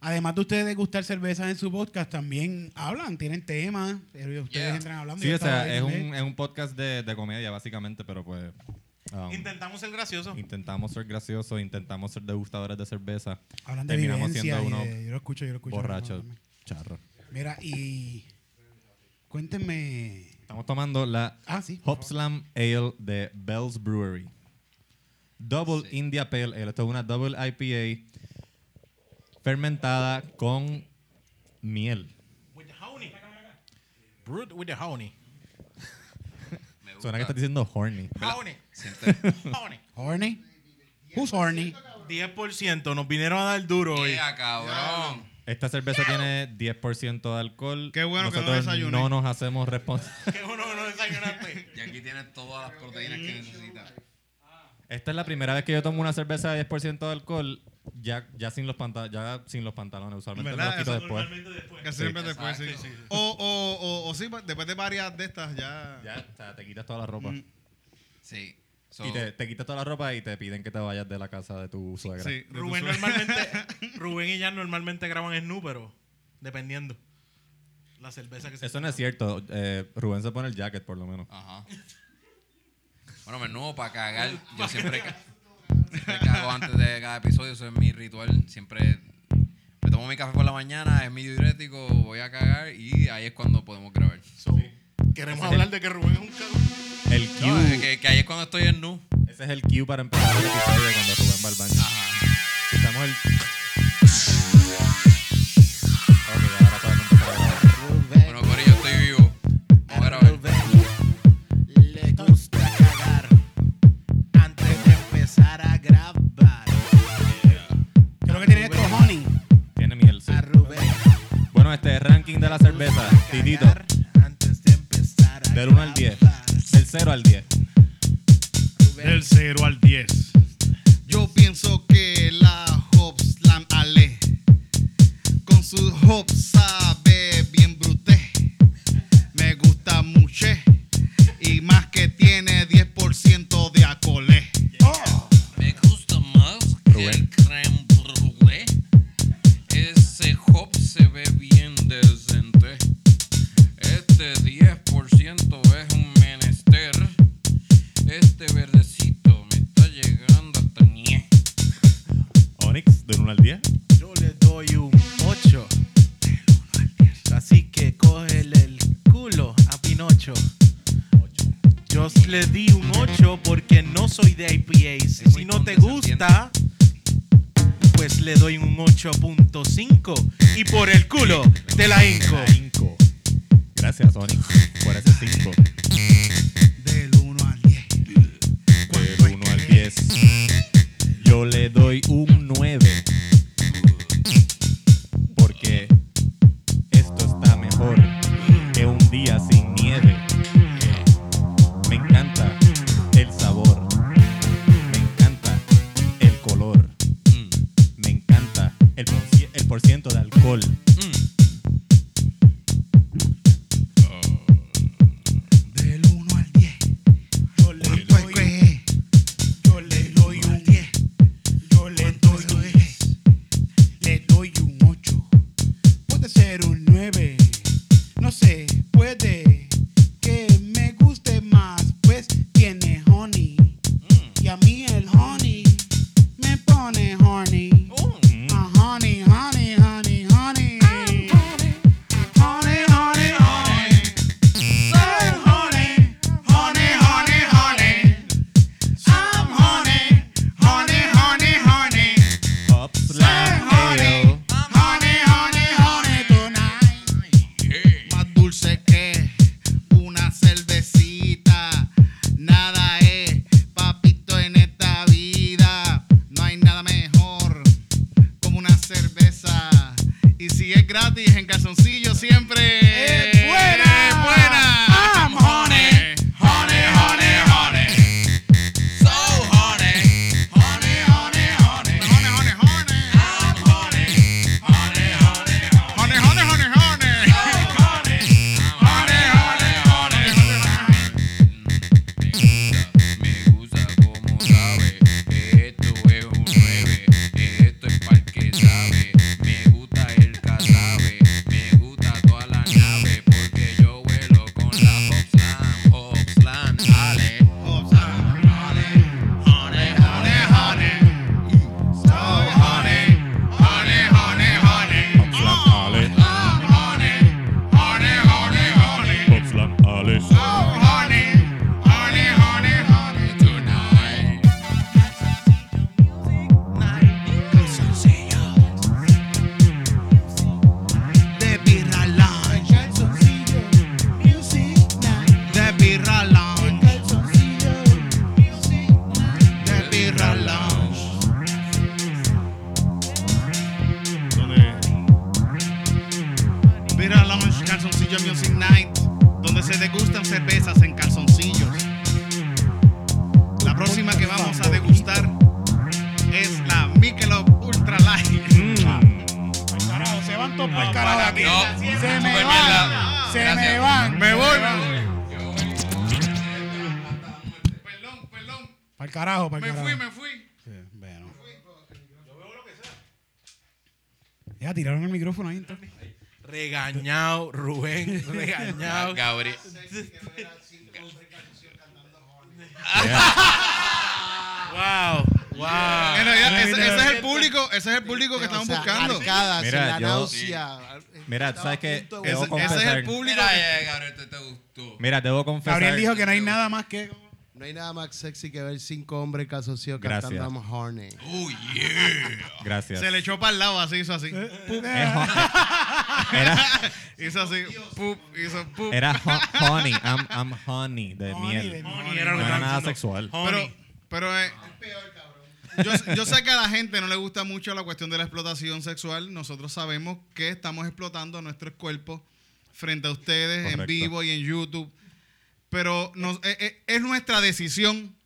S1: Además de ustedes degustar cerveza en su podcast, también hablan, tienen temas. pero Ustedes
S5: Yeah.
S1: entran hablando.
S2: Sí,
S1: yo
S2: o sea,
S1: estaba
S2: es
S1: ahí,
S2: un, es un podcast de, de comedia, básicamente, pero pues. um,
S6: Intentamos ser graciosos.
S2: intentamos ser graciosos, intentamos ser degustadores de cerveza.
S1: Hablan de
S2: terminamos
S1: vivencia
S2: siendo
S1: y
S2: unos
S1: de- yo lo escucho, yo lo escucho.
S2: borrachos,
S1: También.
S2: charros.
S1: Mira, y cuéntenme.
S2: Estamos tomando la
S1: Ah, sí. por favor.
S2: Hopslam Ale de Bell's Brewery. Double India Pale Ale. Esto es una double IPA fermentada con miel.
S6: With the honey. Brewed with the honey.
S5: Me gusta.
S2: Suena que estás diciendo horny.
S6: Honey.
S5: Siente-
S6: Honey.
S1: Horny. Who's horny?
S6: 10% nos vinieron a dar duro hoy.
S5: Ea, cabrón.
S2: Esta cerveza tiene 10% de alcohol.
S4: Qué bueno que no
S2: Nosotros
S4: desayuné.
S2: no nos hacemos responsables.
S6: Que uno no desayunaste.
S5: Y aquí tienes todas las proteínas que necesitas.
S2: Esta es la primera vez que yo tomo una cerveza de 10% de alcohol. Ya, ya, sin los panta- ya sin los pantalones. Usualmente me los
S4: ¿Verdad?
S2: quito
S4: Eso
S2: después.
S4: Que
S6: después.
S4: siempre
S5: Sí,
S4: después,
S5: exacto,
S4: sí. O, o, o, o sí, pues, después de varias de estas ya...
S2: Ya, o sea, te quitas toda la
S4: Mm,
S2: ropa.
S5: Sí. So,
S2: Y te, te quitas toda la ropa y te piden que te vayas de la casa de tu suegra.
S4: Sí, de tu
S6: Rubén
S4: suegra.
S6: normalmente, Rubén y Jan normalmente graban snu, pero dependiendo. La cerveza que se
S2: Eso no es cierto. Eh, Rubén se pone el jacket, por lo menos.
S5: Ajá. Bueno, menudo para cagar. Yo siempre, ca- siempre cago antes de cada episodio. Eso es mi ritual. Siempre me tomo mi café por la mañana, es mi diurético, voy a cagar y ahí es cuando podemos grabar.
S6: So, Queremos hablar de que Rubén es un cabrón.
S2: El cue.
S5: No, es que, que ahí es cuando estoy en nu.
S2: Ese es el cue para empezar el episodio de cuando Rubén va al baño. Estamos el... Ok, ahora sabemos empezar a grabar.
S5: Bueno, Cory, yo estoy vivo. Vamos a grabar.
S9: Le gusta cagar antes de empezar a grabar.
S1: ¿Qué es lo que tiene esto, honey?
S2: Tiene miel, sí.
S9: A Rubén.
S2: Bueno, este ranking de la cerveza. Titito,
S9: Cagar Antes de empezar a
S2: del 1 al 10.
S9: grabar.
S2: Del 0 al 10.
S9: Rubén,
S4: Del 0 al 10. Yo pienso que la Hopslam Ale con su hop sabe bien bruté. Me gusta mucho y más que tiene 10% de acolé.
S5: Me gusta más que el creme brulee. Ese hop se ve bien decente. Este 10% es un menester. Este verdecito me está llegando hasta ñe.
S2: Onyx, del 1 al 10.
S9: Yo le doy un 8. Así que cógele el culo a Pinocho.
S6: Yo le di un 8 porque no soy de IPAs.
S5: Es muy
S6: si no te
S5: condescendiente.
S6: gusta, pues le doy un 8.5. Y por el culo te la hinco.
S2: Cinco. Gracias, Onyx, por ese 5.
S1: Del 1 al 10.
S2: Del 1 al 10. Yo le doy un 9. Porque esto está mejor que un día sin nieve. Me encanta el sabor. Me encanta el color. Me encanta el, porci- el por ciento de alcohol.
S1: Del 1 al 10. Yo le doy un Yo le doy un 10. Yo le doy un 10. Le doy un 8. Puede ser un 9. No sé, puede que me guste más. Pues tiene honey. Ah, Y a mí el honey me pone
S7: Ah,
S4: calzoncillo siempre.
S7: ¡Es buena!
S4: ¡Es buena!
S7: I'm honey,
S4: honey, honey, honey.
S5: So honey, honey, honey, honey.
S4: Honey, honey, honey.
S5: I'm honey, honey, honey, honey.
S4: Honey, honey, honey, honey.
S5: Me gusta como sabe, esto es un 9, esto es pa'l que sabe, me gusta el cazabe, me gusta toda la nave, porque yo vuelo con la Hopslam, Hopslam, ale, Hopslam, ale, honey, honey, honey, so honey, honey, honey, honey,
S10: Ale,
S5: I'm honey, honey, honey, honey.
S10: Popslam, Ale.
S1: De Birra Lounge. De Birra Lounge. De Birra Lounge.
S4: Mira Lounge Calzoncillo Music Night, donde se degustan cervezas en calzoncillos. La próxima que vamos a degustar es la Michelob Ultra Light.
S1: Carajo, se van todos para el carajo de aquí.
S5: No,
S1: Se me
S5: súper
S1: van.
S5: mierda.
S1: Se me
S5: Gracias.
S1: van.
S4: Me voy.
S5: Perdón, perdón,
S1: Para el carajo, para el
S5: me
S1: carajo.
S5: fui, me fui.
S1: Bueno. Ya tiraron el micrófono ahí entonces.
S9: Regañado, Rubén, regañado.
S5: Gabriel.
S9: wow, wow.
S4: En realidad, ese, ese es el público, ese es el público que estamos buscando.
S11: Arcadas,
S2: Mira,
S11: la
S2: yo-
S11: náusea.
S2: Mira, tú sabes que
S11: Estaba a punto de
S2: debo
S4: Ese,
S11: vomitar.
S4: ese es
S2: confesar.
S4: el público.
S5: Mira,
S4: que-
S5: eh, Gabriel, te, te gustó.
S2: Mira, debo confesar.
S1: Gabriel dijo que no hay nada más que.
S11: No hay nada más sexy que ver cinco hombres calzoncillos
S2: Gracias.
S11: cantando I'm horny.
S5: Oh, yeah.
S2: Gracias.
S4: Se le echó para el lado, así hizo así. Pup,
S2: Era,
S4: hizo así. Pup, hizo pup.
S2: era ho- honey. I'm, I'm honey de
S1: Honey,
S2: miel.
S1: de miel.
S6: era
S2: No era
S6: lo que estaban
S2: nada
S6: diciendo.
S2: Ah, sexual.
S4: Pero, pero eh, yo, yo sé que a la gente no le gusta mucho la cuestión de la explotación sexual. Nosotros sabemos que estamos explotando nuestros cuerpos frente a ustedes en
S2: Correcto.
S4: vivo y en YouTube. Pero nos- eh, eh, es nuestra decisión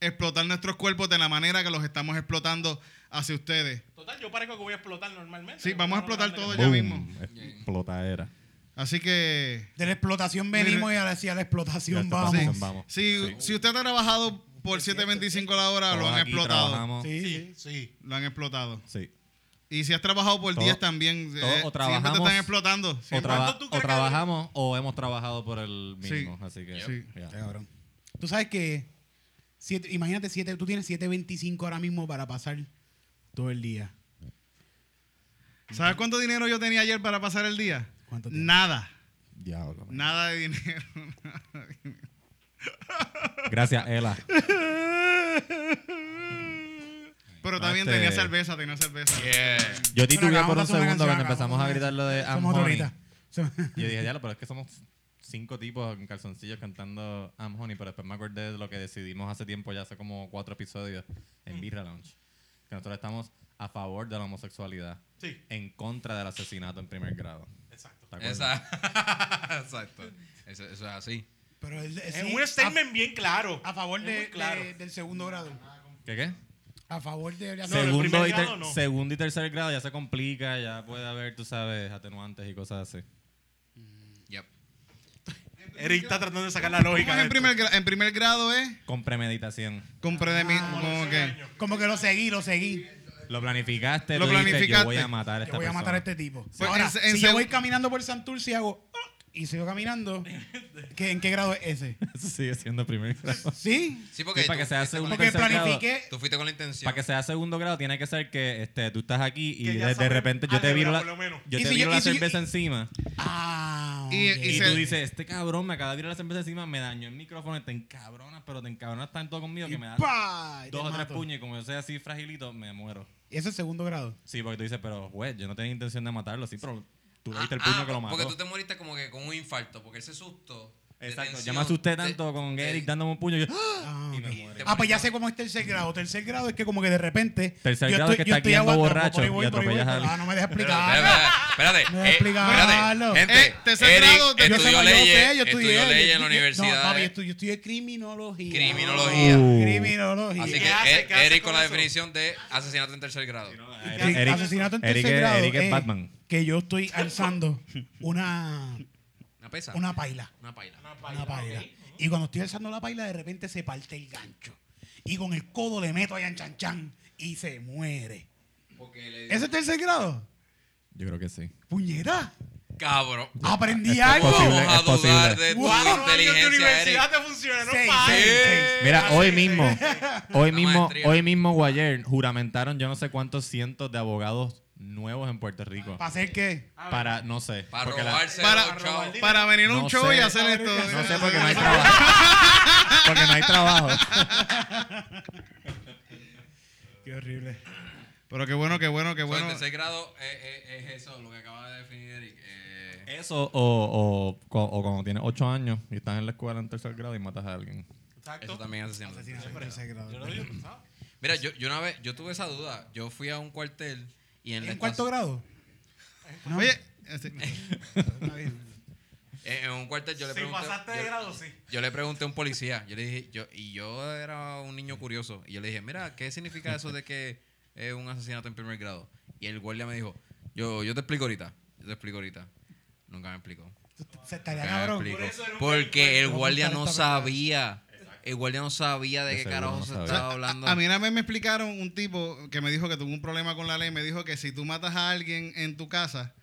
S4: explotar nuestros cuerpos de la manera que los estamos explotando hacia ustedes.
S6: Total, yo parezco que voy a explotar normalmente.
S4: Sí, vamos a explotar todo ya mismo.
S2: Boom. Explotadera.
S4: Así que
S1: De la explotación venimos y hacia la
S2: Ya
S1: explotación
S2: está,
S1: vamos.
S2: vamos. vamos.
S4: si, si usted ha trabajado por 7.25 la hora, lo
S2: Todos
S4: han
S2: aquí
S4: explotado.
S2: trabajamos.
S1: Sí, sí.
S6: Sí.
S4: Lo han explotado.
S2: Sí.
S4: Y si has trabajado por
S2: Todo-
S4: 10 también,
S2: todo
S4: eh,
S2: o
S4: siempre te
S2: trabajamos-
S4: están explotando.
S2: O,
S4: Siempre.
S2: traba-
S6: ¿Cuánto tú
S2: o
S6: crees que-
S2: trabajamos o hemos trabajado por el mínimo.
S4: Sí.
S2: Así que.
S4: Sí.
S2: ya.
S1: Está cabrón. Tú sabes que, siete- imagínate, siete, tú tienes 7.25 ahora mismo para pasar todo el día.
S4: ¿Sabes cuánto dinero yo tenía ayer para pasar el día?
S1: ¿Cuánto tiempo?
S4: Nada.
S2: Diablo, man.
S4: Nada de dinero.
S2: Gracias, Ela.
S4: Pero también
S2: Este- Eh,
S4: tenía cerveza, tenía cerveza.
S5: Yeah.
S2: Yo
S1: Pero
S2: titubeé por
S1: acabamos
S2: un
S1: de hacer una
S2: segundo
S1: canción,
S2: cuando
S1: acabamos
S2: empezamos
S1: de
S2: a
S1: hacer-
S2: gritar lo de Eh, I'm
S1: Somos
S2: honey.
S1: autoritas. Somos-
S2: Yo dije, diablo, pero es que somos cinco tipos en calzoncillos cantando I'm Honey, pero después me acordé de lo que decidimos hace tiempo, ya hace como cuatro episodios, en Birra Lounge, que nosotros estamos a favor de la homosexualidad,
S6: Sí.
S2: en contra del asesinato en primer grado.
S6: Exacto.
S2: ¿Te acuerdas?
S5: Esa- Exacto. Eso, eso es así.
S1: Pero el-
S6: Es
S1: sí,
S6: un statement bien claro.
S1: a, a favor
S6: Es
S1: de-
S6: muy claro.
S1: de- del segundo grado.
S2: ¿Qué qué?
S1: A favor de...
S6: No, el
S2: segundo,
S6: primer
S2: y ter-
S6: grado no.
S2: segundo y tercer grado ya se complica, ya puede haber, tú sabes, atenuantes y cosas así.
S5: Yep.
S6: Eric está tratando de sacar la lógica.
S4: ¿Cómo es
S6: de
S4: en
S6: esto.
S4: primer, gra- en primer grado es?
S2: Con premeditación.
S4: Compré de mí. como que-
S1: Como que lo seguí, lo seguí.
S2: Lo planificaste,
S4: Lo
S2: tú dijiste, yo
S4: planificaste.
S2: voy a matar a
S1: Yo
S2: esta
S1: voy a matar a
S2: persona.
S1: este tipo.
S4: Pues,
S1: Ahora,
S4: en- en
S1: si yo
S4: seg-
S1: voy caminando por Santurce y hago... "Ah", Y sigo caminando. ¿qué- ¿En qué grado es ese?
S2: Eso sigue siendo primer grado.
S1: ¿Sí?
S5: Sí, porque,
S2: Sí, para
S5: tú,
S2: que sea
S5: fuiste con-
S2: segundo
S1: Porque
S2: tercer grado.
S1: planifiqué...
S5: tú fuiste con la intención.
S2: Para que sea segundo grado tiene que ser que este, tú estás aquí y
S6: Que ya
S2: de, de
S6: sabe
S2: repente yo te
S6: álgebra,
S2: viro la,
S6: por lo menos.
S2: yo
S1: Y
S2: te
S1: si yo-
S2: viro
S1: y
S2: la
S1: si yo-
S2: cerveza encima
S1: Ah,
S4: Y-
S1: ok.
S2: y,
S4: y se-
S2: tú dices, este cabrón me acaba de virar la cerveza encima, me dañó el micrófono, te encabronas, pero te encabronas tanto conmigo que me da
S1: ¡Pah! Y te
S2: dos o tres
S1: mato.
S2: puños y como yo soy así fragilito, me muero.
S1: Y Ese es segundo grado.
S2: Sí, porque tú dices, pero juez, yo no tenía intención de matarlo, sí, pero tú
S5: Ah,
S2: viste el
S5: ah,
S2: puño que lo mató.
S5: Porque tú te moriste como que con un infarto. Porque ese susto
S2: Exacto.
S5: tensión.
S2: Yo me asusté
S5: De-
S2: tanto con
S5: de-
S2: Eric dándome un puño. Yo, y me
S5: y-
S2: muero.
S5: te-
S1: Ah, pues ya sé cómo es tercer grado. Tercer grado es que como que de repente...
S2: Tercer
S1: yo
S2: grado es que
S1: yo
S2: estás guiando
S1: aguantando,
S2: borracho
S1: por ahí voy,
S2: y
S1: por ahí voy.
S2: atropellas a alguien.
S1: Ah, no me dejas
S5: Pero,
S1: explicar.
S5: Espérate, espérate,
S1: No
S5: espérate. Eh,
S1: explicarlo.
S5: espérate. Gente,
S4: Eh, tercer
S5: Eric
S4: grado, yo sé,
S5: estudió
S1: yo
S5: leyes,
S1: sé, yo estudié-
S5: estudió
S1: yo-
S5: leyes
S1: yo-
S5: en la
S1: No,
S5: universidad.
S1: papi, yo
S5: eh.
S1: estudié, yo estudié criminología.
S5: Criminología.
S2: Uh.
S1: Criminología.
S5: Así que
S9: ¿Qué hace?
S5: Er-
S9: ¿Qué hace
S5: Eric
S9: con
S5: con la
S9: eso?
S5: definición de asesinato en tercer grado.
S1: Que-
S2: Eric-
S1: Ah, asesinato en
S2: Eric
S1: tercer
S2: es-
S1: grado
S2: Eric es
S1: es
S2: Batman.
S1: Que yo estoy alzando una,
S5: Una pesa.
S1: una paila.
S5: Una paila.
S1: Una paila. Y cuando estoy alzando la paila, de repente se parte el gancho. Y con el codo le meto allá en chan chan y se muere.
S5: Porque le
S1: ¿Ese es tercer grado?
S2: Yo creo que sí.
S1: ¡Puñeta!
S5: Cabrón.
S1: ¡Aprendí
S2: Esto es
S1: algo! Ah,
S2: posible.
S5: Vamos a
S2: posible.
S5: dudar de tu
S1: Wow.
S5: inteligencia, Eric.
S9: universidad te funcionaron
S1: Seis,
S9: pa'
S1: seis,
S9: ahí.
S1: seis.
S2: Mira, hoy mismo, hoy
S5: La
S2: mismo,
S5: maestría.
S2: hoy mismo o ayer juramentaron yo no sé cuántos cientos de abogados nuevos en Puerto Rico.
S1: ¿Para hacer qué?
S2: Para, no sé.
S5: Para
S2: porque la-
S5: robarse
S4: Para,
S5: los chavos.
S4: para venir a un
S2: No
S4: show
S2: sé.
S4: y hacer esto.
S2: No sé, porque no hay trabajo. porque no hay trabajo.
S1: Qué horrible.
S4: Pero qué bueno, qué bueno, qué
S5: So,
S4: bueno.
S5: en tercer grado eh, eh, es eso, lo que acaba de definir Eric. Eh,
S2: Eso o, o, cu- o cuando tienes 8 años y estás en la escuela en tercer grado y matas a alguien.
S5: eso también es asesinato. en tercer grado.
S1: Tercer grado.
S5: Mira, yo, yo una vez, yo tuve esa duda. Yo fui a un cuartel y en, la
S1: ¿En cuarto grado?
S5: estación-
S1: No.
S4: Oye, este-
S5: Eh, en un cuartel yo le
S9: Si
S5: pregunté.
S9: pasaste de
S5: yo-
S9: grado, sí.
S5: Yo le pregunté a un policía, yo le dije, yo, y yo era un niño curioso, y yo le dije, mira, ¿qué significa eso de que es un asesinato en primer grado? Y el guardia me dijo, yo, yo te explico ahorita, yo te explico ahorita. Nunca me explicó.
S1: Se estaría
S5: Nunca me
S1: cabrón.
S5: explicó.
S9: Por eso era un
S5: Porque el
S1: Vamos a
S5: guardia
S1: buscar
S5: no
S1: esta persona.
S5: sabía. El guardia no sabía de
S2: De
S5: qué
S2: seguro
S5: carajo
S2: no
S5: se
S2: sabía.
S5: estaba hablando.
S4: A mí una vez me explicaron un tipo que me dijo que tuvo un problema con la ley. Me dijo que si tú matas a alguien en tu casa,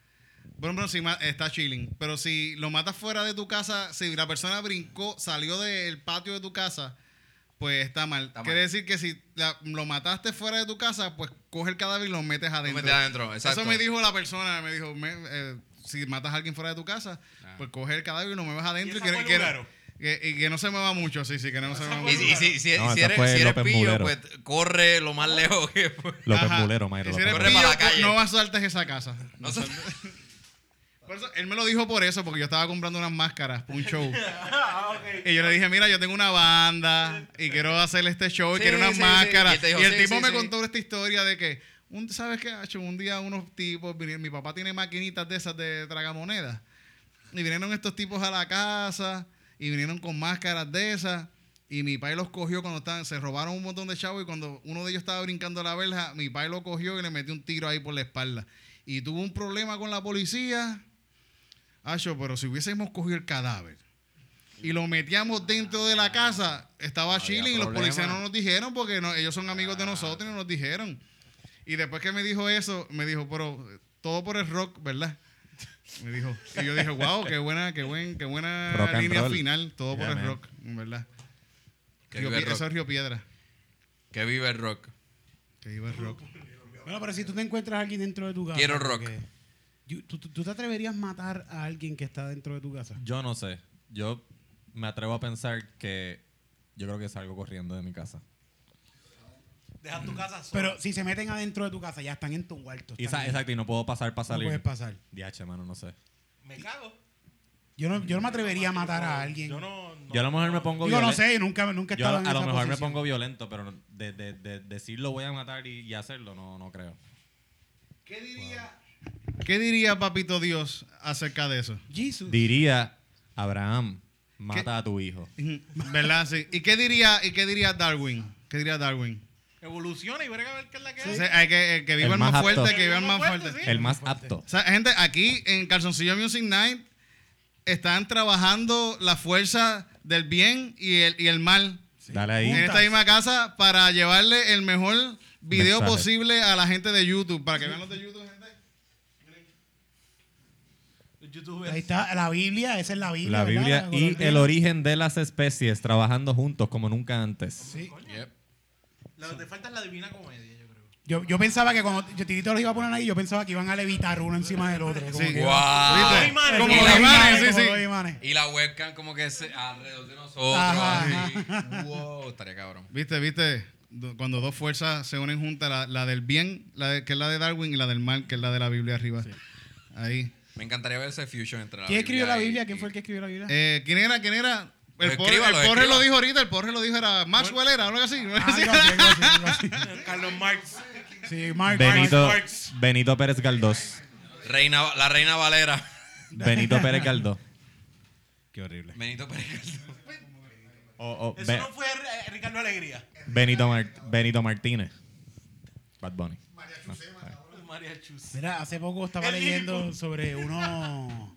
S4: por ejemplo, si ma- está chilling, pero si lo matas fuera de tu casa, si la persona brincó, salió del patio de tu casa, pues está mal.
S5: Está mal.
S4: Quiere decir que si la- lo mataste fuera de tu casa, pues coge el cadáver y lo metes adentro.
S5: metes adentro, exacto.
S4: Eso me dijo la persona, me dijo, me- eh, si matas a alguien fuera de tu casa,
S5: Ah.
S4: pues coge el cadáver y lo muevas adentro
S9: ¿Y
S4: y,
S9: esa
S4: que,
S9: fue
S4: que-
S9: Lugaro?
S4: que- y que no se mueva mucho, sí, sí, que no se mueva
S9: fue
S5: y,
S4: mucho.
S5: si- y si, si-
S2: No,
S5: si
S2: esa
S5: eres,
S2: fue
S5: si eres
S2: López
S5: pillo,
S2: Mulero.
S5: pues corre lo más lejos que puedes.
S2: López
S4: Ajá.
S2: Mulero, Mayra.
S4: Y si
S2: López
S4: eres
S2: Mulero.
S5: Corre para
S4: pillo,
S5: la calle.
S4: No asaltes esa casa.
S5: No sé.
S4: Por eso, él me lo dijo por eso, porque yo estaba comprando unas máscaras para un show.
S5: Ah,
S4: Y yo le dije, mira, yo tengo una banda y quiero hacer este show y
S5: Sí,
S4: quiero unas
S5: sí, sí.
S4: máscaras.
S5: Y él te
S4: Y,
S5: dijo,
S4: el
S5: sí,
S4: tipo
S5: sí,
S4: me
S5: sí.
S4: contó esta historia de que, un, ¿sabes qué? Hacho? Un día unos tipos, vinieron- mi papá tiene maquinitas de esas de tragamonedas. Y vinieron estos tipos a la casa y vinieron con máscaras de esas. Y mi padre los cogió cuando estaban, se robaron un montón de chavos y cuando uno de ellos estaba brincando la verja, mi padre lo cogió y le metió un tiro ahí por la espalda. Y tuvo un problema con la policía. Acho, pero si hubiésemos cogido el cadáver y lo metíamos dentro de la casa, estaba chilling y los
S5: problema.
S4: policías no nos dijeron porque no- ellos son amigos de nosotros y no nos dijeron. Y después que me dijo eso, me dijo, pero eh, todo por el rock, ¿verdad? Me dijo. Y yo dije, wow, qué buena, qué buen, qué buena
S2: Rock and
S4: línea
S2: roll.
S4: final, todo
S2: Yeah,
S4: por el
S2: man.
S4: rock, en ¿verdad?
S5: Que
S4: Río
S5: viva el
S4: Pie- Eso
S5: rock.
S4: es Río Piedra.
S5: Que vive el rock.
S4: Que iba el rock.
S1: Bueno, pero si tú te encuentras a alguien dentro de tu casa.
S5: Quiero rock.
S1: porque- Yo- ¿Tú, tú- tú te atreverías a matar a alguien que está dentro de tu casa?
S2: Yo no sé. Yo me atrevo a pensar que yo creo que salgo corriendo de mi casa.
S9: Deja tu casa sola.
S1: Pero si se meten adentro de tu casa, ya están en tu huerto.
S2: Y
S1: están
S2: sa-
S1: ahí.
S2: exacto, y no puedo pasar para
S1: No
S2: salir.
S1: puedes pasar.
S2: DH, mano, no sé.
S9: me cago.
S1: Yo no, yo no me atrevería a matar a alguien.
S9: Yo no, no-
S2: Yo a lo mejor me pongo
S1: Digo, no
S2: violen-
S1: sé, nunca, nunca he
S2: Yo a,
S1: estado en
S2: a lo
S1: esa
S2: mejor me
S1: posición.
S2: pongo violento, pero no- de, de, de decirlo voy a matar y, y hacerlo, no, no creo.
S4: ¿Qué diría, ¿Qué diría Papito Dios acerca de eso?
S1: Jesus.
S2: Diría, Abraham, mata a tu hijo.
S4: ¿Verdad? Sí. ¿Y qué diría, y qué diría Darwin? ¿Qué diría Darwin?
S9: Evoluciona y verga a ver qué es la que
S4: O
S9: hay.
S4: sea, hay que, el que viva
S2: El
S4: el, más
S2: más apto.
S4: fuerte, que viva el más fuerte.
S9: sí.
S2: El más apto.
S4: O sea, gente, aquí en Calzoncillo Music Night están trabajando la fuerza del bien y el, y el mal
S2: Dale ahí.
S4: en esta misma casa para llevarle el mejor video
S2: Mensaje.
S4: posible a la gente de YouTube. Para que vean los de YouTube, gente.
S1: Ahí está la Biblia, esa es la Biblia.
S2: La
S1: ¿verdad?
S2: Biblia
S1: Con
S2: y
S1: la-
S2: el origen de las especies trabajando juntos como nunca antes.
S1: Sí.
S5: Yep.
S9: Lo que te falta es la divina comedia, yo creo.
S1: Yo, yo pensaba que cuando yo Tirito los iba a poner ahí, yo pensaba que iban a levitar uno encima del otro. como
S4: Sí.
S1: que-
S5: Guau.
S4: ¿Viste?
S9: los imanes.
S4: Como
S9: Y
S4: los
S9: la-
S4: imanes, sí,
S1: como
S4: sí.
S1: los imanes.
S5: Y la webcam como que se- alrededor de nosotros.
S1: Ajá,
S5: así. Wow, estaría cabrón.
S4: Viste, viste, do- cuando dos fuerzas se unen juntas, la, la del bien, la de- que es la de Darwin, y la del mal, que es la de la Biblia arriba. Ahí.
S5: Me encantaría ver ese fusion entre la
S1: ¿Quién escribió la
S5: y-
S1: Biblia?
S5: y-
S1: ¿Quién fue el que escribió la Biblia?
S4: Eh, ¿Quién era? ¿Quién era? El,
S5: Pues
S4: porre, el
S5: escríbalo,
S4: Porre
S5: escríbalo.
S4: lo dijo ahorita, el porre lo dijo era Maxwell era, algo así. ¿no?
S1: Ah, algo así, algo así, algo así.
S9: Carlos Marx.
S1: Sí, Mark.
S2: Benito,
S9: Mark Marx.
S2: Benito Pérez Galdós.
S5: Reina, la Reina Valera.
S2: Benito Pérez Galdós. Qué horrible.
S5: Benito Pérez Galdós.
S2: O- o
S9: Eso
S2: Oh, Be-
S9: no fue eh, Ricardo Alegría.
S2: Benito, Mar- Benito Martínez. Bad Bunny.
S9: María Chus.
S1: Mira, hace poco estaba
S9: El
S1: leyendo
S9: Liverpool.
S1: sobre uno.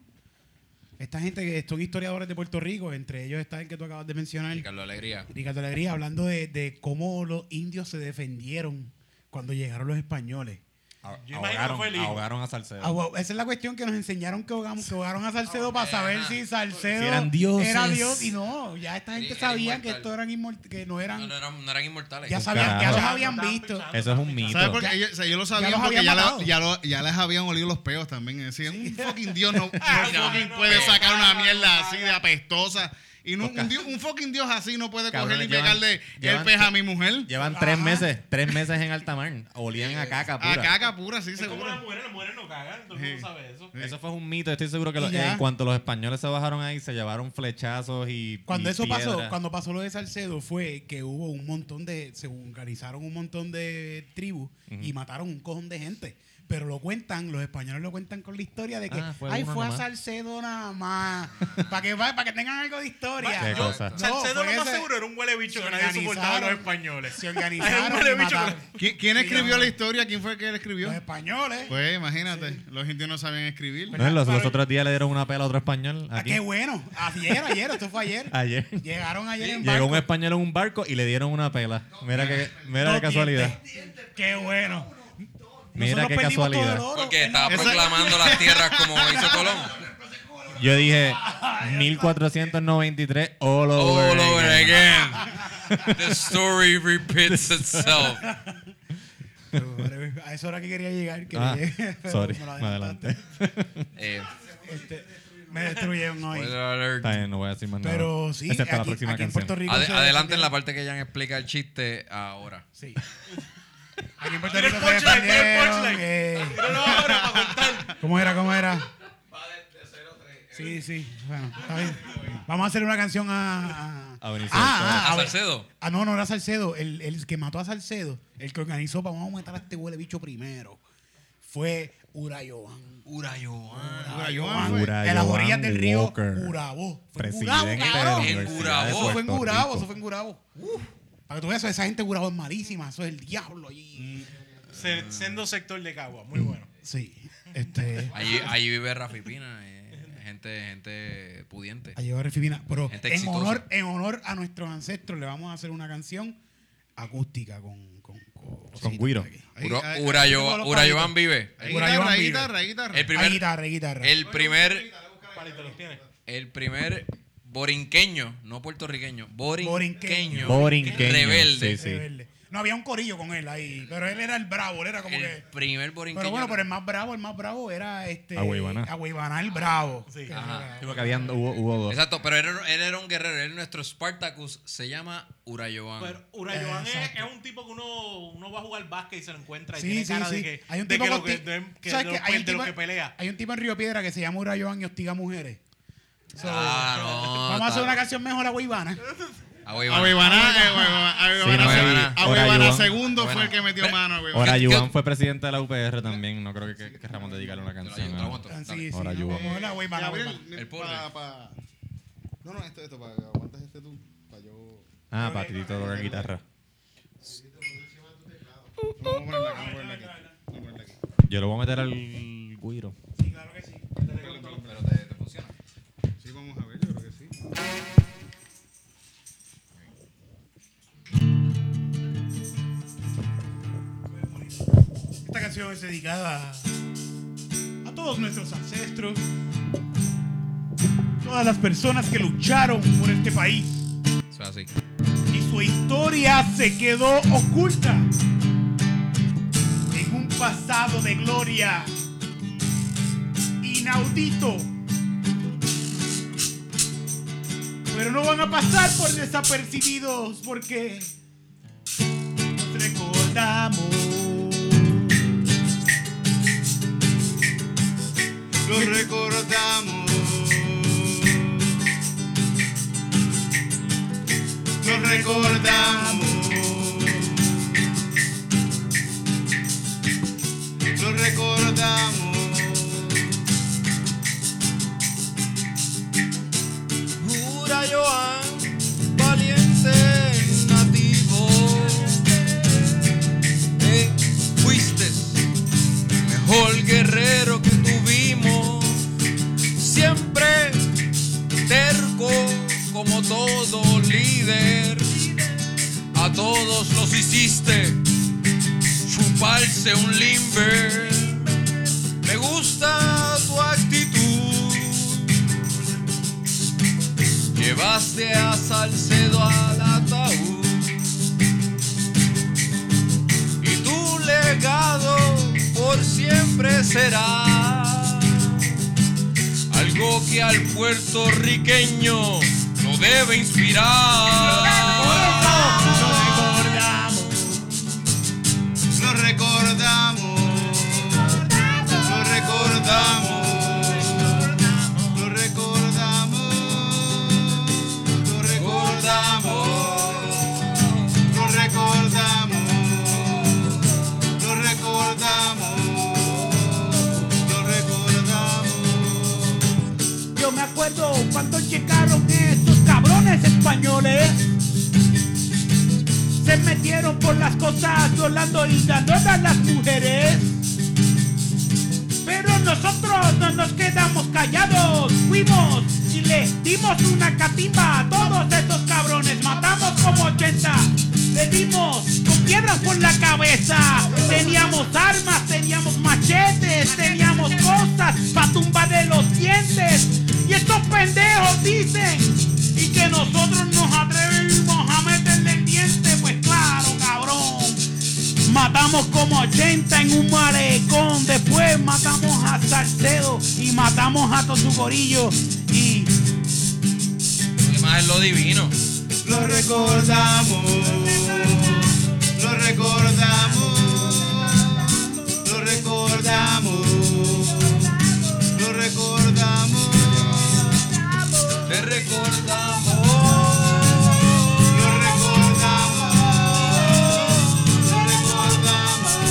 S1: Esta gente que son historiadores de Puerto Rico, entre ellos está el que tú acabas de mencionar,
S5: Ricardo Alegría.
S1: Ricardo Alegría, hablando de, de cómo los indios se defendieron cuando llegaron los españoles.
S2: Ah-
S9: Yo imagino que fue el
S2: Ahogaron,
S9: hijo.
S2: ahogaron a Salcedo.
S1: Ah, wow, Esa es la cuestión que nos enseñaron que ahogamos, que ahogaron a Salcedo para saber si Salcedo
S2: Si eran dioses.
S1: era Dios y no, ya esta gente
S5: Sí, era
S1: sabía
S5: inmortal.
S1: que estos eran inmortales, que no
S5: No,
S1: eran,
S5: no eran, no eran inmortales.
S1: ya
S2: Un
S1: sabían, ya
S2: carajo.
S1: los habían visto.
S2: Eso es un mito.
S4: ¿Sabes por
S1: Ya-
S4: qué? Ellos, o sea, ellos lo sabían
S1: los
S4: porque
S1: habían
S4: ya, la-
S1: matado.
S4: ya, lo- ya les habían olido los peos también. Decían, un fucking dios no, no
S9: no,
S4: fucking
S9: no,
S4: puede
S9: no,
S4: sacar una
S9: no,
S4: mierda
S9: no,
S4: así
S9: no.
S4: de apestosa. Y no- un, dios- un fucking dios así no puede
S2: Cabrones,
S4: coger y
S2: llevan-
S4: pegarle el
S2: llevan-
S4: pez a mi mujer.
S2: Llevan tres meses, tres meses en alta mar. Olían a caca pura.
S4: A caca pura, sí,
S9: Es como las
S4: seguro.
S9: mujeres, las mujeres no cagan, todo el mundo sabe eso.
S2: Eso fue un mito. Estoy seguro que
S1: Y
S2: los-
S1: ya.
S2: en cuanto los españoles se bajaron ahí, se llevaron flechazos y.
S1: Cuando
S2: y
S1: eso pasó,
S2: piedras.
S1: cuando pasó lo de Salcedo fue que hubo un montón de, se organizaron un montón de tribus y mataron un cojón de gente. Pero lo cuentan, los españoles lo cuentan con la historia de que,
S2: Ah, fue
S1: ay,
S2: uno
S1: fue a
S2: nomás".
S1: Salcedo nada más. para que, pa' que tengan algo de historia.
S2: Qué
S1: No,
S2: cosa.
S9: Salcedo lo
S1: fue
S9: más
S1: ese-
S9: seguro era un huele bicho
S1: se
S9: que nadie soportaba a los
S1: organizaron.
S9: españoles.
S1: Se
S9: Era un
S1: organizaron
S9: huele
S1: y
S9: bicho que-
S1: mataron.
S4: ¿Qui- ¿Quién
S1: Sí,
S4: escribió
S1: ya.
S4: la historia? ¿Quién fue el que la escribió?
S1: Los españoles.
S4: Pues imagínate, los indios no saben escribir.
S2: No, los, los otros días le dieron una pela a otro español.
S1: Ah,
S2: Aquí.
S1: qué bueno. Ayer, ayer, esto fue ayer.
S2: Ayer.
S1: Llegaron ayer en
S2: Llegó
S1: barco.
S2: un español en un barco y le dieron una pela. Mira que mira
S1: Dos
S2: qué casualidad.
S1: dientes. Qué bueno.
S2: Mira
S1: Nosotros
S2: qué
S1: perdimos todo el
S2: casualidad.
S1: oro.
S5: Porque
S1: Él no-
S5: estaba
S4: Esa-
S5: proclamando las tierras como hizo Colón.
S2: Yo dije 1493 all over.
S5: All over
S2: again.
S5: again. The story repeats itself.
S1: Pero pues, A eso era que quería llegar. Que
S2: Ah,
S1: llegué, pero
S2: sorry,
S1: me lo
S2: me adelanté.
S5: Eh,
S1: Este, me destruyeron hoy.
S5: spoiler alert.
S2: Está bien, no voy a decir más nada.
S1: Pero sí,
S2: Excepto la
S1: aquí-
S2: próxima
S1: aquí en
S2: canción.
S1: Puerto Rico.
S5: Ade-
S1: se-
S5: adelante en la parte que Jan explica el chiste ahora.
S1: Sí. Aquí en Puerto
S9: Tira el
S1: Rico se
S9: punchline, tira el
S1: defendieron,
S9: punchline.
S1: eh,
S9: Pero no ahora, para contar.
S1: ¿Cómo era? ¿Cómo era? Sí, sí. Bueno, está bien. Vamos a hacer una canción a.
S2: A Benicio del Toro.
S1: ah, ah,
S5: ¿A
S1: a ver.
S5: Salcedo?
S1: Ah, no, no era Salcedo. El, el que mató a Salcedo, el que organizó para vamos a matar a este huele bicho primero, fue Urayoban.
S4: Urayoan fue.
S2: Urayoan
S1: de las orillas del río
S2: Walker,
S1: Urabo. Fue en Gurabo,
S2: Presidente de la
S1: cabrón.
S5: En
S2: Universidad de
S5: Gurabo.
S1: Eso fue en
S2: Puerto
S1: Gurabo,
S2: Rico.
S1: eso fue en Gurabo. Para que tú veas, esa gente en Gurabo es malísima, eso es el diablo allí.
S9: Se- Sendo sector de Cagua, muy bueno.
S1: Sí, este.
S5: Allí, allí vive Rafi Pina, eh, gente, gente pudiente.
S1: A llevar Fibina. Pero
S5: Gente
S1: en
S5: exitosa.
S1: honor, en honor a nuestros ancestros, le vamos a hacer una canción acústica con. Con, con, cositas
S2: Guiro.
S1: aquí.
S4: Ahí-
S5: Uro-
S4: ahí-
S5: Urayo- Urayoan vive.
S4: ahí
S1: Urayoan
S4: Guitarra,
S1: vive.
S4: guitarra, guitarra.
S5: El
S1: Hay
S5: primer,
S1: guitarra, hay guitarra.
S5: el primer,
S9: Palito, los tienes.
S5: el primer borinqueño, no puertorriqueño, borinqueño,
S2: Borinqueño,
S5: rebelde.
S2: sí, sí.
S1: Rebelde. No había un corillo con él ahí, pero él era el bravo, él era como
S5: El
S1: que.
S5: primer borinqueño.
S1: Pero bueno, pero el más bravo, el más bravo era este.
S2: Agüeybaná.
S1: Agüeybaná, el bravo. Que
S5: Ajá.
S2: Digo que habían- hubo, hubo dos.
S5: Exacto, pero él, era- él era un guerrero, él nuestro Spartacus, se llama Urayoan.
S9: Pero Urayoan es,
S1: Exacto.
S9: es un tipo que uno, uno va a jugar básquet y se lo encuentra y
S1: Sí,
S9: tiene
S1: sí,
S9: cara
S1: sí.
S9: de que,
S1: Hay un
S9: de
S1: tipo
S9: que,
S1: que
S9: lo que,
S1: hosti-
S9: de, que
S1: ¿Sabes
S9: de
S1: que
S9: lo-
S1: hay un
S9: de lo
S1: tipo-
S9: que pelea.
S1: Hay un tipo en Río Piedra que se llama Urayoan y hostiga mujeres. So,
S5: Ah, no,
S1: Vamos a hacer
S5: está-
S1: una canción mejor a Guaybana.
S5: Aguaybana.
S4: Aguibaná, eh, Aguibaná, Aguibaná,
S2: no,
S4: sí.
S5: Aguibaná.
S4: Aguibaná
S2: Urayoan.
S4: segundo fue
S5: Aguibaná.
S4: el que metió
S5: Espera.
S4: mano. Aguibaná.
S2: Ahora,
S5: ¿Qué-
S2: Yuan fue presidente de la UPR también. No creo que que queramos dedicarle una
S5: Te lo ayudo,
S2: canción.
S5: te lo
S2: a-
S5: aguanto.
S1: Ah,
S5: Dale.
S1: Sí, sí,
S2: Ahora
S1: no,
S2: Yuan.
S1: mejor a Guaybana,
S4: Eh, Gabriel, eh,
S1: Guaybana.
S5: El
S4: pa-
S5: pobre.
S4: pa- No, no, esto, esto, para aguantas este tú, para yo.
S2: Ah, Patrito toca guitarra.
S4: Vamos a ponerla acá, vamos a ponerla aquí. Vamos a ponerla aquí.
S2: Yo lo voy a meter al guiro.
S5: Pero te, te funciona.
S4: Sí, vamos a ver, yo creo que sí.
S1: Esta canción es dedicada a todos nuestros ancestros, todas las personas que lucharon por este país
S5: Eso es así.
S1: y su historia se quedó oculta en un pasado de gloria inaudito. Pero no van a pasar por desapercibidos porque nos recordamos
S3: lo recordamos. Lo recordamos. Lo recordamos.
S5: Jura Joan, valiente nativo. Eh, fuiste el mejor guerrero que tuvimos. Siempre terco como todo líder. A todos los hiciste chuparse un limber. Me gusta tu actitud. Llevaste a Salcedo al ataúd y tu legado por siempre será algo que al puertorriqueño lo debe inspirar.
S3: Lo recordamos. Lo recordamos. Lo recordamos. Lo recordamos. Lo recordamos. Lo recordamos. Lo recordamos.
S12: Yo me acuerdo cuando llegaron estos cabrones españoles. Se metieron por las cosas violando y dando a las mujeres. Pero nosotros no nos quedamos callados. Fuimos y le dimos una catimba a todos estos cabrones. Matamos como 80. Le dimos con piedras por la cabeza. Teníamos armas, teníamos machetes, teníamos cosas para tumbar de los dientes. Y estos pendejos dicen y que nosotros nos atrevimos a meterle el diente. Pues claro, cabrón. Matamos como 80 en un malecón. Después matamos a Salcedo y matamos a todo su gorillo. Y
S5: ¿Qué más es lo divino?
S3: Lo recordamos, lo recordamos, lo recordamos, lo recordamos,
S5: Te recordamos.
S3: lo recordamos, lo recordamos.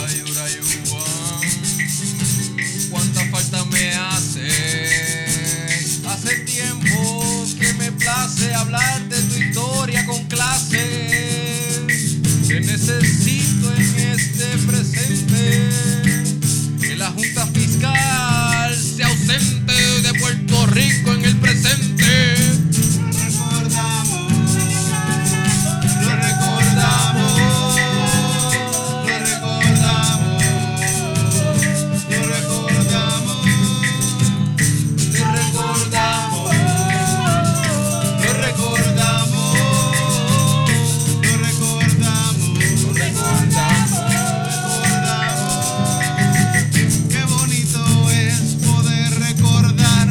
S5: Ay, Urayuan, cuánta falta me hace. Hace tiempo que me place hablar de tu historia con clase. Te necesito en este presente. Que la Junta Fiscal se ausente de Puerto Rico en el presente.
S3: recordamos, lo recordamos, lo recordamos, lo recordamos, lo recordamos, lo recordamos, lo recordamos, lo recordamos, qué bonito es poder recordar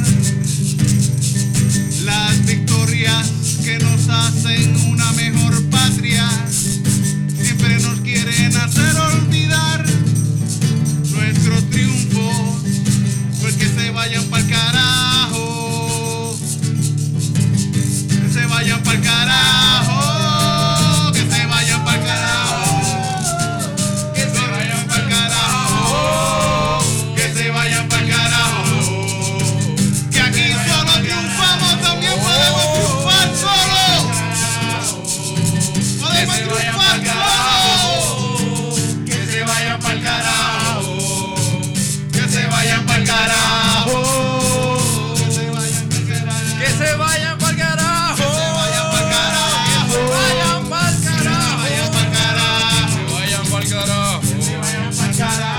S3: las victorias que nos hacen una mejor patria. Siempre nos quieren hacer olvidar nuestros triunfos, pues que se vayan para el carajo. Que se vayan para el carajo. Que se vayan para el carajo. Que se vayan para el carajo. Que se vayan para el carajo. Que aquí solo triunfamos, también podemos triunfar solos. Podemos triunfar solos. Que se vayan para el carajo. Que se vayan para el carajo. Que se vayan para el carajo.
S5: Que se vayan para el carajo. Que se
S3: vayan pa'l carajo.
S5: Que se vayan para el
S3: Que
S5: carajo.
S3: vayan para el carajo.
S5: Que se vayan para el carajo. Que se
S3: Que se vayan para el carajo.
S5: vayan al carajo.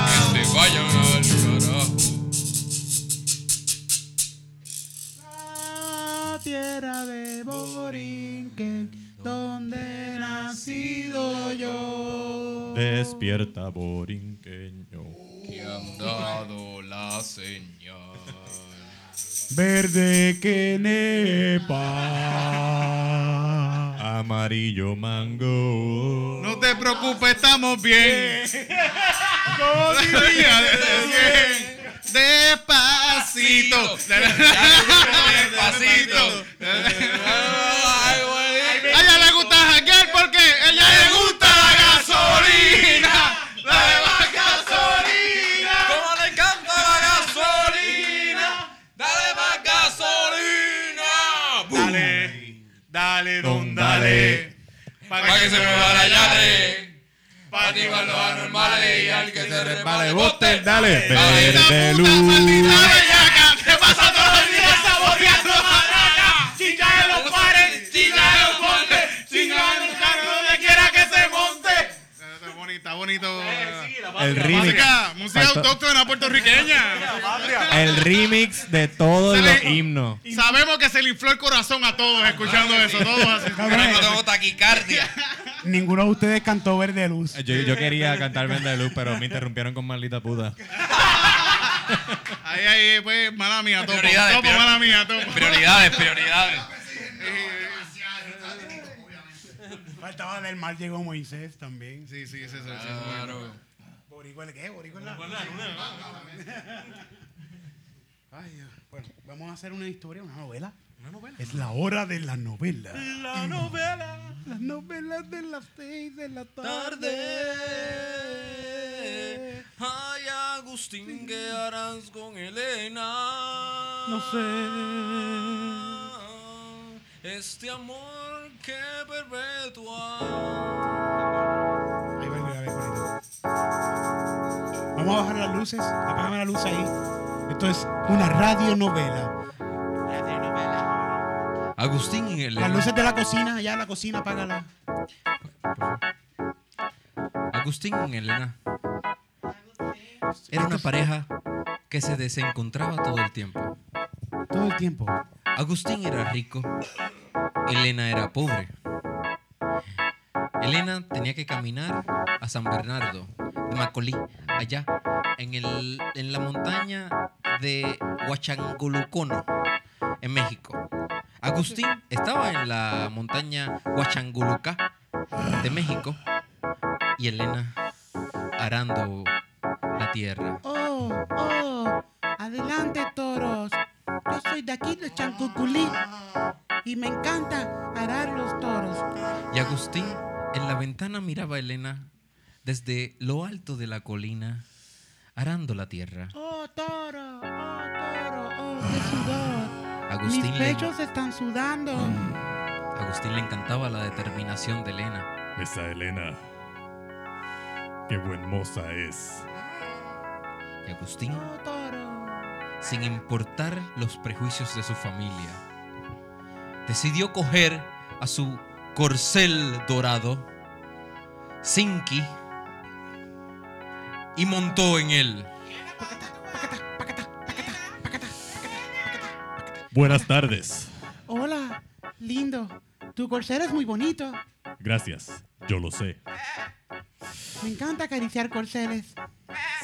S12: La tierra de Borinquen, donde he nacido yo.
S10: Despierta, borinqueño.
S5: Que han dado la señal.
S10: Verde que nepa.
S5: Amarillo mango.
S4: No te preocupes, estamos bien. Despacito.
S5: Despacito. Ay, güey.
S4: A ella le gusta hackear porque a ella le gusta la gasolina. La de la gasolina.
S5: ¿Cómo le encanta la gasolina? Dale más gasolina.
S9: Dale, dale, don,
S5: Don,
S9: dale.
S5: dale.
S9: Pa'
S5: Para que se me vaya llave. Para ti igual los anormales y al que se resbale bote, dale.
S4: Ay, la
S5: Verde
S4: puta maldita
S5: luz.
S4: bellaca. Te pasa todo el día
S9: saboreando maraca. Chilla en los pares, chilla en los montes, chilla en el carro donde quiera que se monte.
S4: Está bonita, bonito.
S2: El remix.
S4: Música, música
S2: Faltó-
S4: autóctona puertorriqueña.
S2: El remix de todos
S4: Se
S2: los
S4: le-
S2: himnos.
S4: Sabemos que se le infló el corazón a todos escuchando eso. Todos así.
S5: Ahora no tengo taquicardia.
S1: Ninguno de ustedes cantó Verde Luz.
S2: Yo, yo quería cantar Vende Luz, pero me interrumpieron con maldita puta.
S4: Ahí, ahí, pues, mala mía, topo.
S5: Prioridades,
S4: Topo,
S5: prior-
S4: mala mía, topo.
S5: Prioridades, prioridades.
S1: Faltaba del mar, llegó Moisés también.
S4: Sí, sí, sí, sí, sí, sí.
S5: Claro.
S1: Boricua, ¿el ¿qué? Boricua en la Ay, Dios. Bueno, vamos a hacer una historia, una novela. Una novela. Es la hora de la novela.
S9: La novela.
S1: Las novelas de las seis de la
S5: tarde. Ay, Agustín, ¿qué harás con Elena?
S1: No
S5: sé. Este amor que perpetua.
S1: Ahí va, ahí va, ahí va, bonito. Vamos a bajar las luces. Apágame la luz ahí. Esto es una radionovela.
S5: Agustín y
S1: Las
S5: Elena.
S1: luces de la cocina, allá en la cocina, apágala.
S5: Agustín y Elena. Era una pareja que se desencontraba todo el tiempo.
S1: Todo el tiempo.
S5: Agustín era rico, Elena era pobre. Elena tenía que caminar a San Bernardo, de Macolí, allá, en, el- en la montaña de Huachangulucono, en México. Agustín estaba en la montaña Huachanguluca, de México, y Elena arando la tierra.
S7: Oh, oh, adelante toros. Yo soy de aquí de Chancuculí y me encanta arar los toros.
S5: Y Agustín en la ventana miraba a Elena desde lo alto de la colina, arando la tierra.
S7: Oh, toro, oh, toro, oh, qué sudor. Mis
S5: Agustín le, Mm.
S7: pechos están sudando.
S5: Agustín le encantaba la determinación de Elena.
S10: Esa Elena. Qué buen moza es.
S5: Y Agustín,
S7: Oh, toro.
S5: sin importar los prejuicios de su familia, decidió coger a su corcel dorado, Sinki, y montó en él.
S10: Buenas tardes.
S7: Hola, lindo. Tu corcel es muy bonito.
S10: Gracias. Yo lo sé.
S7: Me encanta acariciar corceles.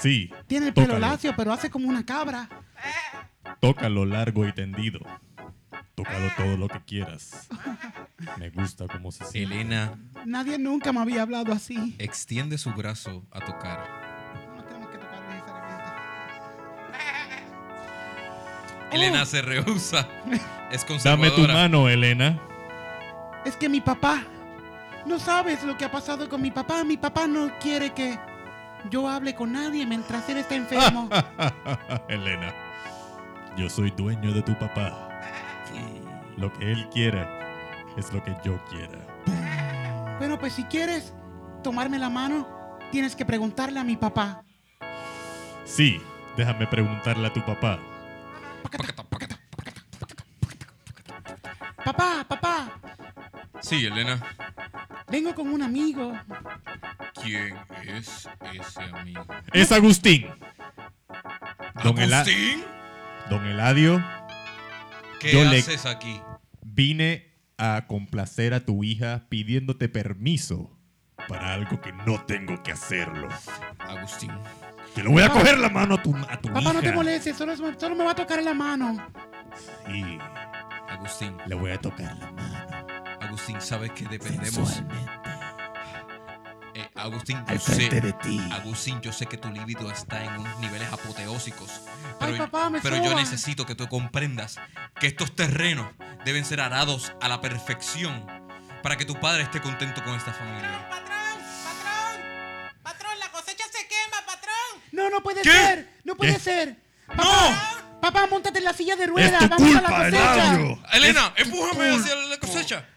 S10: Sí.
S7: Tiene el pelo
S10: tócalo.
S7: lacio, pero hace como una cabra.
S10: Tócalo largo y tendido. Tócalo todo lo que quieras. Me gusta cómo se siente.
S5: Elena
S7: Nadie nunca me había hablado así.
S5: extiende su brazo a tocar.
S7: No tenemos que tocar necesariamente.
S5: Elena se rehúsa. Es
S10: Oh. Dame tu
S5: conservadora.
S10: mano, Elena.
S7: Es que mi papá. No sabes lo que ha pasado con mi papá. Mi papá no quiere que yo hable con nadie mientras él está enfermo.
S10: Ah, Elena, yo soy dueño de tu papá. Lo que él quiera es lo que yo quiera.
S7: bueno, pues si quieres tomarme la mano, tienes que preguntarle a mi papá.
S10: Sí, déjame preguntarle a tu papá.
S7: Papá, papá,
S5: Sí, Elena.
S7: vengo con un amigo.
S5: ¿Quién es ese amigo?
S10: Es Agustín. Don, Ela-
S5: ¿Agustín?
S10: Don Eladio,
S5: ¿Qué
S10: Yo le-
S5: haces aquí?
S10: vine a complacer a tu hija pidiéndote permiso para algo que no tengo que hacerlo.
S5: Agustín.
S10: Te lo voy a coger la mano a tu, a tu
S7: Papá, no te
S10: hija.
S7: molestes, solo, es- solo me va a tocar la mano.
S10: Sí,
S5: Agustín.
S10: le voy a tocar la mano.
S5: Agustín, sabes que dependemos. Eh, Agustín, yo
S9: Al
S5: sé,
S9: frente de ti.
S5: Agustín, yo sé que tu libido está en unos niveles apoteósicos. Pero,
S9: Ay, papá, me
S5: pero yo
S9: soba.
S5: necesito que tú comprendas que estos terrenos deben ser arados a la perfección para que tu padre esté contento con esta familia.
S7: No, no puede ser. No puede
S5: ¿Qué?
S7: ser. Papá, Papá, montate en la silla de ruedas.
S5: tu
S7: Vamos a
S5: culpa,
S7: la cosecha.
S5: Eladio. Elena, empújame hacia la cosecha.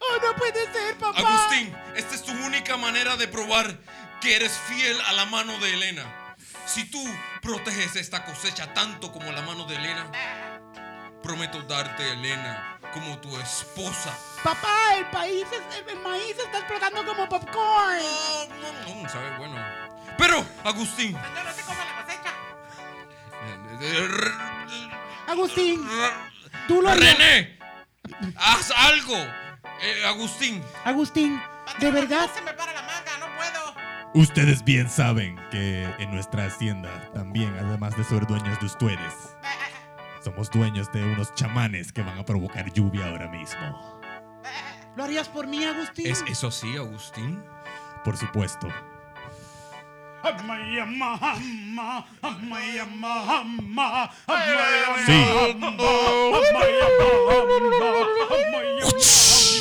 S7: Oh, no puede ser, papá.
S5: Agustín, esta es tu única manera de probar que eres fiel a la mano de Elena. Si tú proteges esta cosecha tanto como la mano de Elena, prometo darte a Elena como tu esposa.
S7: Papá, el país, es- el, el maíz está explotando como popcorn.
S5: Mm, sabe bueno. Pero, Agustín. Eh, eh,
S7: Agustín, tú lo
S5: eh,
S7: harías.
S5: René, haz algo. Eh, Agustín,
S7: Agustín, de verdad.
S10: Ustedes bien saben que en nuestra hacienda también, además de ser dueños de ustedes, somos dueños de unos chamanes que van a provocar lluvia ahora mismo.
S7: ¿Lo harías por mí, Agustín?
S5: ¿es eso así, Agustín?
S10: Por supuesto.
S1: Amaya, ma, ama, amaya, ma, ama, amaya, ma,
S10: Sí.
S1: ama, amaya, ma, ama, amaya,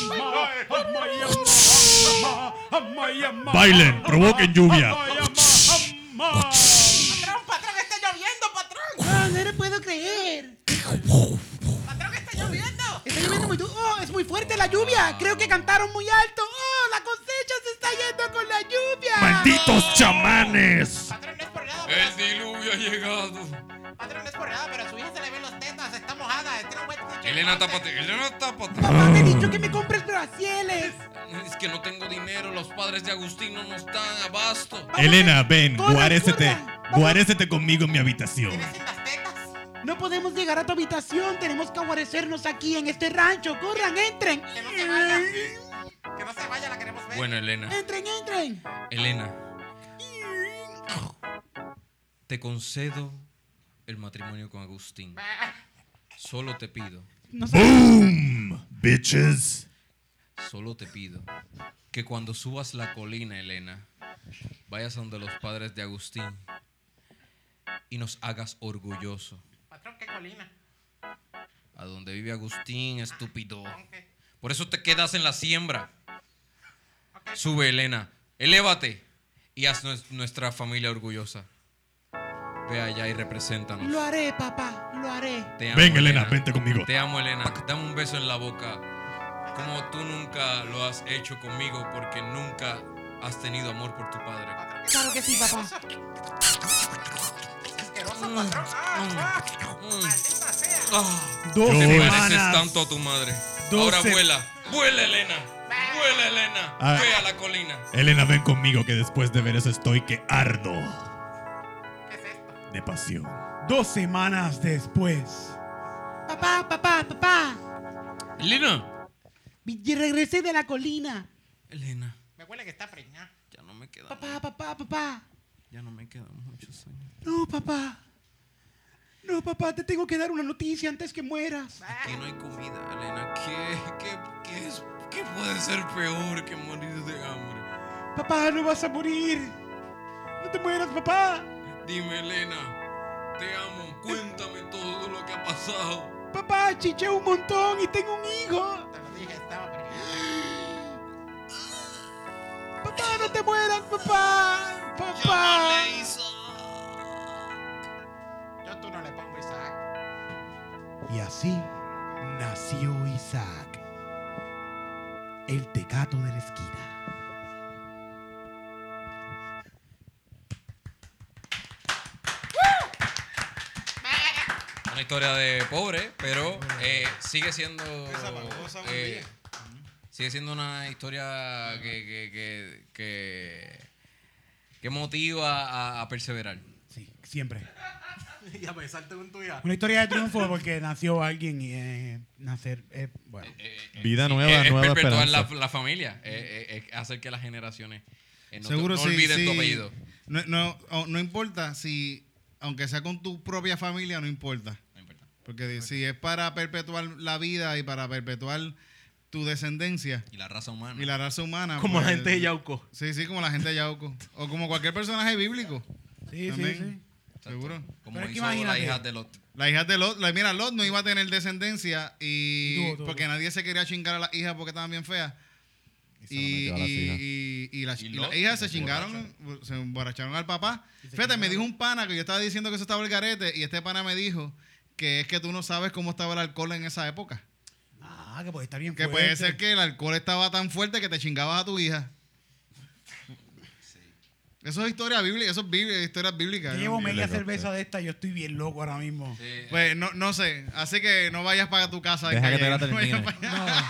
S1: ma, ama, amaya, ma, ama,
S10: Bailen, provoquen lluvia.
S7: Ah, no lo puedo creer. Patrón, está lloviendo. Está lloviendo muy duro. Oh, es muy fuerte la lluvia. Creo que cantaron muy alto. Oh, la cosecha se está yendo con la lluvia.
S10: ¡Malditos chamanes!
S5: El diluvio ha llegado. Elena, tápate. Elena, tápate.
S7: Papá, me ha dicho que me compres brasieles.
S5: Es que no tengo dinero, los padres de Agustín no nos dan abasto.
S10: Elena, ven,
S7: corran,
S10: guárésete.
S7: corran.
S10: Guárésete conmigo en mi habitación.
S7: No podemos llegar a tu habitación. Tenemos que guarecernos aquí en este rancho. Corran, entren.
S5: Bueno, Elena,
S7: Entren, entren.
S5: Elena. Te concedo el matrimonio con Agustín. Solo te pido,
S10: ¡Boom! Bitches.
S5: solo te pido que cuando subas la colina, Elena, vayas a donde los padres de Agustín y nos hagas orgulloso. A donde vive Agustín, estúpido. Por eso te quedas en la siembra. Sube, Elena. Elévate. Y haz nues- nuestra familia orgullosa. Ve allá y represéntanos.
S7: Lo haré, papá. Lo haré.
S5: Te
S10: Ven, Elena, vente conmigo.
S5: Te amo, Elena. Dame un beso en la boca. Como tú nunca lo has hecho conmigo porque nunca has tenido amor por tu padre.
S7: Claro que sí, papá.
S5: Ah,
S9: Dos
S5: te
S9: semanas.
S5: pareces tanto a tu madre.
S9: Dos
S5: Ahora
S9: se-
S5: vuela. Vuela, Elena. Vuela, Elena.
S10: Ah.
S5: Ve a la colina.
S10: Elena, ven conmigo que después de ver eso estoy que ardo. De pasión.
S2: Eh,
S1: Dos semanas después.
S7: Papá, papá, papá.
S5: Elena.
S7: Y regresé de la colina.
S5: Elena.
S7: Me huele que está preñada.
S5: Ya no me queda.
S7: Papá, papá, papá.
S5: Ya no me quedan muchos años.
S7: No, papá. No, papá, te tengo que dar una noticia antes que mueras.
S5: Aquí no hay comida, Elena. ¿Qué, qué, qué, es- qué puede ser peor que morir de hambre?
S7: Papá, no vas a morir. No te mueras, papá.
S5: Dime, Elena. Te amo. Cuéntame todo lo que ha pasado.
S7: Papá, chiché un montón y tengo un hijo. Papá, no te mueras, papá. Papá.
S1: Y así nació Isaac, el tecato de la esquina.
S5: Una historia de pobre, pero eh, sigue siendo.
S4: Desapagosa un
S5: eh,
S4: día.
S5: sigue siendo una historia que. que, que, que, que motiva a, a perseverar.
S1: Siempre.
S9: Y a pesar de un tuya.
S1: Una historia de triunfo porque nació alguien y eh, nacer es bueno.
S2: Vida
S5: Sí,
S2: nueva,
S5: Eh, es,
S6: Eh,
S5: es
S2: nueva
S5: perpetuar la,
S2: esperanza.
S5: la familia, eh, eh, es hacer que las generaciones eh, no, te-
S4: Seguro
S5: no
S4: sí,
S5: olviden tu
S4: sí.
S5: apellido.
S4: oh, No, no, o- no importa si, aunque sea con tu propia familia, no importa.
S5: No importa.
S4: Porque de- si es para perpetuar la vida y para perpetuar tu descendencia
S5: Y la raza humana.
S4: y la raza humana. pues,
S5: Como la gente de
S6: Yauco.
S4: Sí, sí, como la gente de Yauco. O como cualquier personaje bíblico.
S1: Sí, sí,
S4: También. Seguro.
S5: Como Pero es que hizo la imagínate. hija de Lot.
S4: La hija de Lot. la- mira, Lot no iba a tener descendencia y
S5: Tuvo, tuvo.
S4: porque nadie se quería chingar a las hijas porque estaban bien feas. Y,
S5: metió a las
S4: y-
S5: hijas.
S4: y- y las
S5: Y
S4: y
S5: Lot
S4: las hijas
S5: se
S4: se chingaron, se emborracharon al papá. Fíjate, me dijo un pana que yo estaba diciendo que eso estaba el garete y este pana me dijo que es que tú no sabes cómo estaba el alcohol en esa época.
S1: Ah, que puede estar bien
S4: Que
S1: fuerte.
S4: puede ser que el alcohol estaba tan fuerte que te chingabas a tu hija. Eso es historia bíblica, eso es bíblica, historia bíblica.
S1: Yo
S4: ¿no?
S1: llevo media cerveza de esta y yo estoy bien loco ahora mismo.
S4: Pues no, no sé, así que no vayas para tu casa. de
S2: Deja que te
S4: calle,
S2: la
S4: no vayas
S2: termine.
S4: para-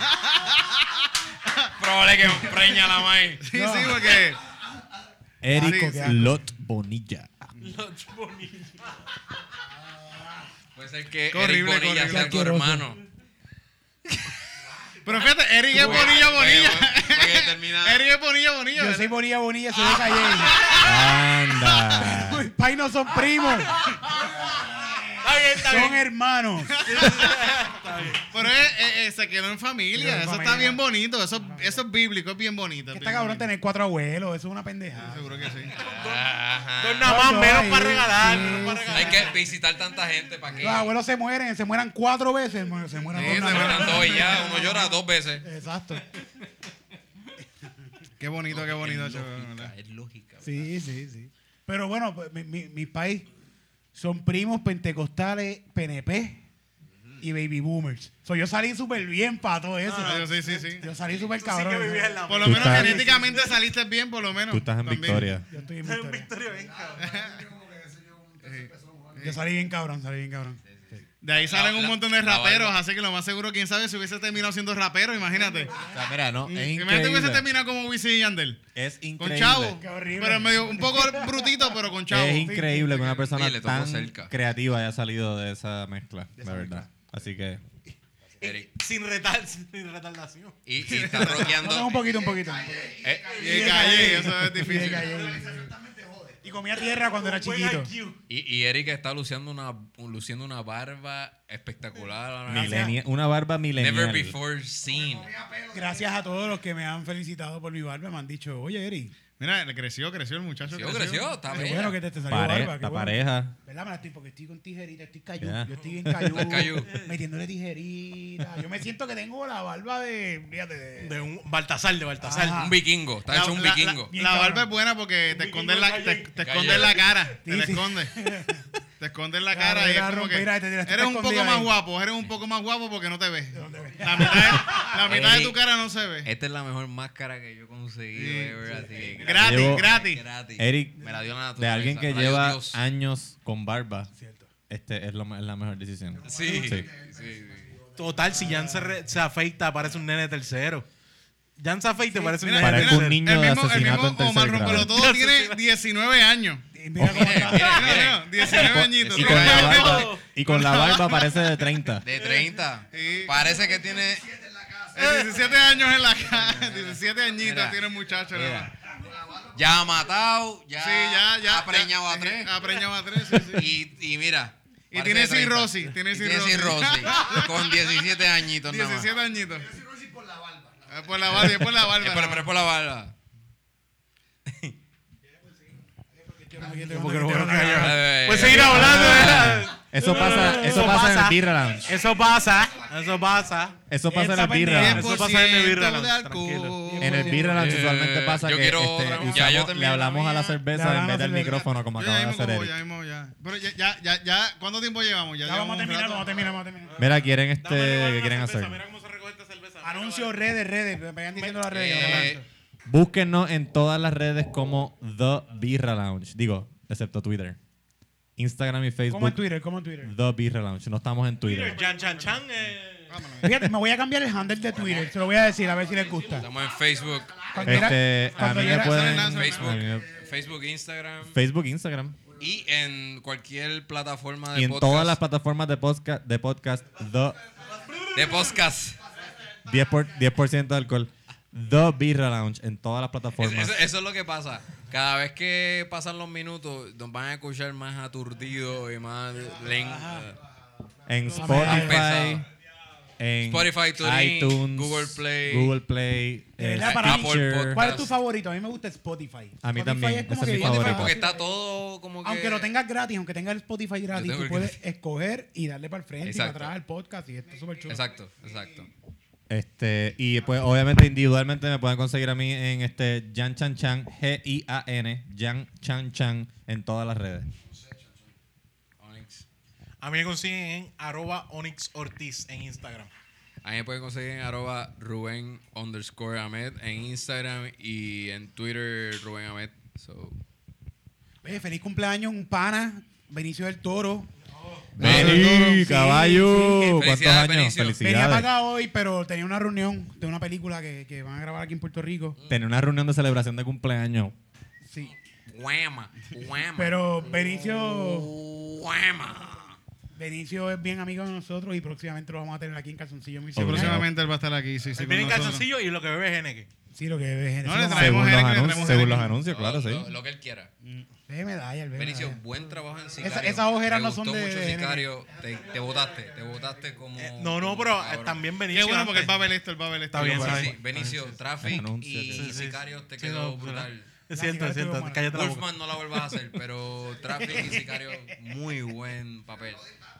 S5: Probable que preña la maíz.
S4: Sí, sí, porque...
S2: Eric
S4: Sí, sí.
S2: Lot Bonilla.
S5: Pues es
S4: Qué
S5: que Eric
S4: horrible,
S5: Bonilla
S4: qué horrible.
S5: es tu
S4: Qué asqueroso.
S5: hermano.
S4: Pero fíjate, Eric es
S5: Bueno,
S4: bonilla,
S5: bueno,
S4: bonilla. Eric es bonilla, bonilla.
S1: Yo soy bonilla, bonilla, soy de Calle.
S2: Anda.
S1: Mis pais no son primos. son hermanos.
S4: Pero eh, eh, eh, se quedó en familia,
S1: Quedó en
S4: eso
S1: familia.
S4: está bien bonito, eso, eso es bíblico, es bien bonito. es
S1: Está
S4: bien
S1: cabrón tener cuatro abuelos, eso es una pendeja.
S4: Seguro que sí.
S1: Dos nada más, menos para regalar, menos para
S5: Hay que visitar tanta gente para que.
S1: Los
S4: Ah,
S1: abuelos se mueren, se mueran cuatro veces, hermano, se mueran
S5: Sí, se
S1: dos nada
S5: mueran
S1: más.
S5: dos y ya, uno llora dos veces.
S1: Exacto.
S4: Qué bonito, qué bonito.
S5: Es
S4: chaval,
S5: lógica,
S4: ¿verdad?
S5: es lógica.
S1: Sí, sí, sí. Pero bueno, pues, mi, mi- mis pais son primos pentecostales, PNP y baby boomers. So, yo salí súper bien para todo eso.
S4: No, no, Ah, yo sí, sí, sí.
S1: Yo salí súper cabrón.
S4: Por lo
S2: Tú
S4: menos
S2: estás-
S4: genéticamente saliste bien, por lo menos.
S2: Tú estás en
S4: también.
S2: victoria.
S1: Yo estoy en victoria. Yo salí bien cabrón, salí bien cabrón.
S4: De ahí salen
S1: La-
S4: un
S1: la-
S4: montón de
S1: la
S4: raperos,
S1: barba.
S4: así que lo más seguro, quién sabe, si hubiese terminado siendo rapero, imagínate.
S2: mira, no, es
S4: Imagínate que hubiese
S2: increíble.
S4: terminado como Wisin y Yandel.
S2: Es
S4: Con
S2: increíble.
S4: chavo.
S1: Qué horrible.
S4: Pero medio, un poco brutito, pero con chavo.
S2: Es increíble que una persona
S5: Oye, le tocó
S2: tan
S5: cerca.
S2: creativa haya salido de esa mezcla, la verdad. Así que
S5: Eric.
S6: Sin, retar, sin retardación.
S5: Y, y está rockeando.
S1: No, un poquito, un poquito.
S5: Eh,
S1: Y
S5: y
S1: de
S5: calle,
S1: calle,
S5: eso es
S1: y de
S5: difícil.
S1: calle. Y comía tierra cuando era chiquito.
S5: Y, y Eric está luciendo una, luciendo una barba espectacular. ahora mismo.
S2: milenia- una barba
S5: Never
S2: milenial.
S5: before seen.
S1: Gracias a todos los que me han felicitado por mi barba. Me han dicho, oye, Eri.
S4: Mira, le creció, creció el muchacho.
S5: Creció, creció, está
S1: Qué
S5: bella.
S1: bueno que te, te salió
S2: Pare-
S1: barba. qué
S2: la
S1: bueno.
S2: pareja.
S1: ¿Verdad? Me la estoy, porque estoy con tijerita, estoy cayú.
S2: Ya.
S1: Yo estoy bien cayú.
S5: Estás cayú.
S1: Metiéndole tijerita. Yo me siento que tengo la barba de. fíjate, de-
S6: De un Baltasar, de Baltasar.
S1: Ajá.
S5: Un vikingo. Está hecho un vikingo.
S4: La, barba es buena porque te esconde la, te, te esconde la cara. Te la
S1: Sí, sí.
S4: esconde. Te esconde la
S1: Ya,
S4: cara y es
S1: ya,
S4: como que
S1: mira, este te- te- te
S4: eres un poco
S1: escondida
S4: más
S1: ahí.
S4: guapo, eres un poco más guapo porque no te ves. La mitad, de- la mitad de tu cara no se ve.
S5: Esta es la mejor máscara que yo he conseguido.
S4: Sí,
S5: ever,
S4: sí.
S5: así que
S4: Gratis,
S2: Llevo-
S4: gratis.
S2: Eric,
S5: Me la dio la
S2: de
S5: naturaleza,
S2: alguien que
S5: rayos
S2: lleva
S5: Dios.
S2: años con barba, este es, lo me- es la mejor decisión.
S5: Sí, sí, sí.
S6: Total, si Jan se, re- se afeita, parece un nene tercero. Jan se afeita, parece un nene
S2: Parece
S6: tercero.
S2: un niño de asesinato en
S4: Omar
S2: tercer grado.
S4: Rompelotodo tiene 19 años.
S1: Y mira cómo está.
S5: Mira,
S4: No,
S5: mira.
S4: no, 19 añitos.
S2: Y con la
S4: Mira,
S2: barba, y con la barba parece de 30.
S5: De 30.
S4: Sí.
S5: Parece que tiene.
S4: eh, 17 años en la cara. 17 añitos
S5: Mira,
S4: tiene el muchacho.
S5: mira.
S4: ¿verdad?
S5: Ya ha matado, ya,
S4: Sí, ya, ya.
S5: ha preñado a tres.
S4: Ha preñado a tres, sí, sí.
S5: Y, y mira.
S4: Y
S5: parece
S4: tiene
S5: de 30.
S4: cirrosis, tiene
S5: Y tiene
S4: cirrosis.
S5: cirrosis, Con 17 añitos nada más.
S4: 17 añitos. Ah, Por la barba. Por la barba,
S5: Eh, pero, pero es por la barba. Pues
S4: Pues
S6: Porque no quiero callar.
S5: Eh,
S6: Pues seguir hablando. ¿verdad?
S2: Eso pasa, eso pasa en el Birra Lounge.
S6: Eso pasa, eso pasa.
S2: Eso pasa en
S6: Esa
S2: el Birra
S6: pendeja.
S2: Lounge.
S6: Eso pasa en el Birra
S4: 10% de
S6: Lounge,
S4: alcohol.
S6: tranquilo.
S2: En el Birra Lounge
S5: Eh,
S2: usualmente pasa
S5: yo
S2: que
S5: quiero
S2: este,
S5: otra. Ya,
S2: usamos-
S5: yo
S2: le
S5: terminé la
S2: hablamos a la
S5: mía.
S1: Le
S2: cerveza en
S1: hablamos
S2: vez
S1: a la
S2: del
S1: cerveza.
S2: micrófono como
S4: Yo ya
S2: acaba de
S4: mismo
S2: hacer
S4: como, ya
S2: Eric.
S4: mismo, ya. Pero ya, ya, ya, ya, ¿cuánto tiempo llevamos? Ya,
S1: Ya vamos a
S4: llevamos un
S1: terminar,
S4: rato.
S1: vamos a terminar, vamos a terminar.
S2: Mira, quieren este, ¿qué quieren hacer?
S1: Anuncios, redes, redes. Me vayan diciendo las redes. que me
S5: eh,
S1: lanzo.
S2: Búsquenos en todas las redes como The Birra Lounge. Digo, excepto Twitter. Instagram y
S1: ¿Cómo en
S2: Facebook.
S1: Twitter? ¿Cómo en Twitter?
S2: The Birra Lounge. No estamos en Twitter.
S6: Chan, chan, chan. eh.
S1: Fíjate, me voy a cambiar el handle de Twitter. Se lo voy a decir, a ver si les gusta.
S5: Estamos en Facebook.
S1: Cuando era-
S2: Este, a
S1: cuando
S2: mí
S1: yo
S2: me
S1: era-
S2: pueden... a mí
S5: Facebook,
S2: me-
S5: Facebook, Instagram.
S2: Facebook, Instagram.
S5: Y en cualquier plataforma de
S2: Y en
S5: podcast.
S2: todas las plataformas de podcast, de podcast The
S5: De podcast.
S2: 10%, por- 10 de alcohol. The Birra Lounge en todas las
S5: Es-
S2: plataformas.
S5: Eso, eso es lo que pasa. Cada vez que eh, pasan los minutos, nos van a escuchar más aturdido y más len-
S2: en
S5: Está medio
S2: Spotify,
S5: pesado.
S2: en
S5: Spotify, Tuning,
S2: iTunes,
S5: Google Play.
S2: Google Play,
S5: De
S2: eh,
S5: verdad, para mí,
S2: Stitcher.
S1: ¿Cuál es tu favorito? A mí me gusta Spotify.
S2: A mí
S1: Spotify
S2: también,
S1: es como
S2: ese es
S1: que-
S2: mi favorito.
S5: Porque está todo como que.
S1: Aunque lo tengas gratis, aunque tengas el Spotify gratis,
S5: tengo
S1: tú
S5: el
S1: puedes escoger y darle para el frente y
S5: Exacto.
S1: para atrás al podcast y esto es súper chulo.
S5: Exacto, exacto.
S2: Este, y pues obviamente individualmente me pueden conseguir a mí en este Jan Chan Chan, G-I-A-N, Jan Chan Chan, en todas las redes.
S6: A mí me consiguen en arroba Onyx Ortiz en Instagram.
S5: A mí me pueden conseguir en arroba Rubén underscore Ahmed en Instagram y en Twitter Rubén Ahmed. So,
S1: Oye, feliz cumpleaños, un pana, Benicio del Toro.
S2: Vení,
S1: Sí,
S2: caballo.
S1: sí, que-
S2: ¿Cuántos años? Felicidades.
S1: Venía para acá hoy, pero tenía una reunión de una película que, que van a grabar aquí en Puerto Rico.
S2: Tener una reunión de celebración de cumpleaños.
S1: Sí.
S5: Guama, guama.
S1: Pero Benicio.
S5: Guama.
S1: Benicio es bien amigo de nosotros y próximamente lo vamos a tener aquí en Calzoncillo. muy
S4: Sí,
S1: seguro.
S4: próximamente él va a estar aquí. Sí, sí,
S6: Él viene en
S4: con nosotros.
S6: calzoncillo y lo que bebe es Geneque.
S1: Sí, lo que es
S4: No, le
S2: según
S4: traemos
S2: los,
S4: Jerez, le
S2: anun-
S4: traemos
S2: según los
S4: Jerez.
S2: anuncios, claro, sí.
S5: Lo, lo que él quiera.
S1: Ve medalla, el ve
S5: Benicio,
S1: medalla.
S5: buen trabajo en Sicario.
S1: eh. Esa- esas ojeras
S5: Me
S1: no son
S5: gustó
S1: de-
S5: mucho
S1: de-
S5: Sicario. Te, te botaste, te botaste como...
S6: No, no,
S5: como
S6: pero eh,
S5: cabrón.
S6: también Benicio.
S4: bueno porque
S6: antes.
S4: él va a ver esto, él va a ver esto.
S6: Está bien,
S4: Sí,
S6: está
S4: sí,
S6: bien.
S5: Benicio, Traffic
S6: Anuncio,
S5: y
S6: sí, sí.
S5: Sicario te
S6: Sí,
S5: quedó
S6: no,
S5: brutal.
S6: Es cierto, es cierto. Cállate la boca.
S5: Wolfman no la vuelvas a hacer, pero Traffic y Sicario, muy buen papel.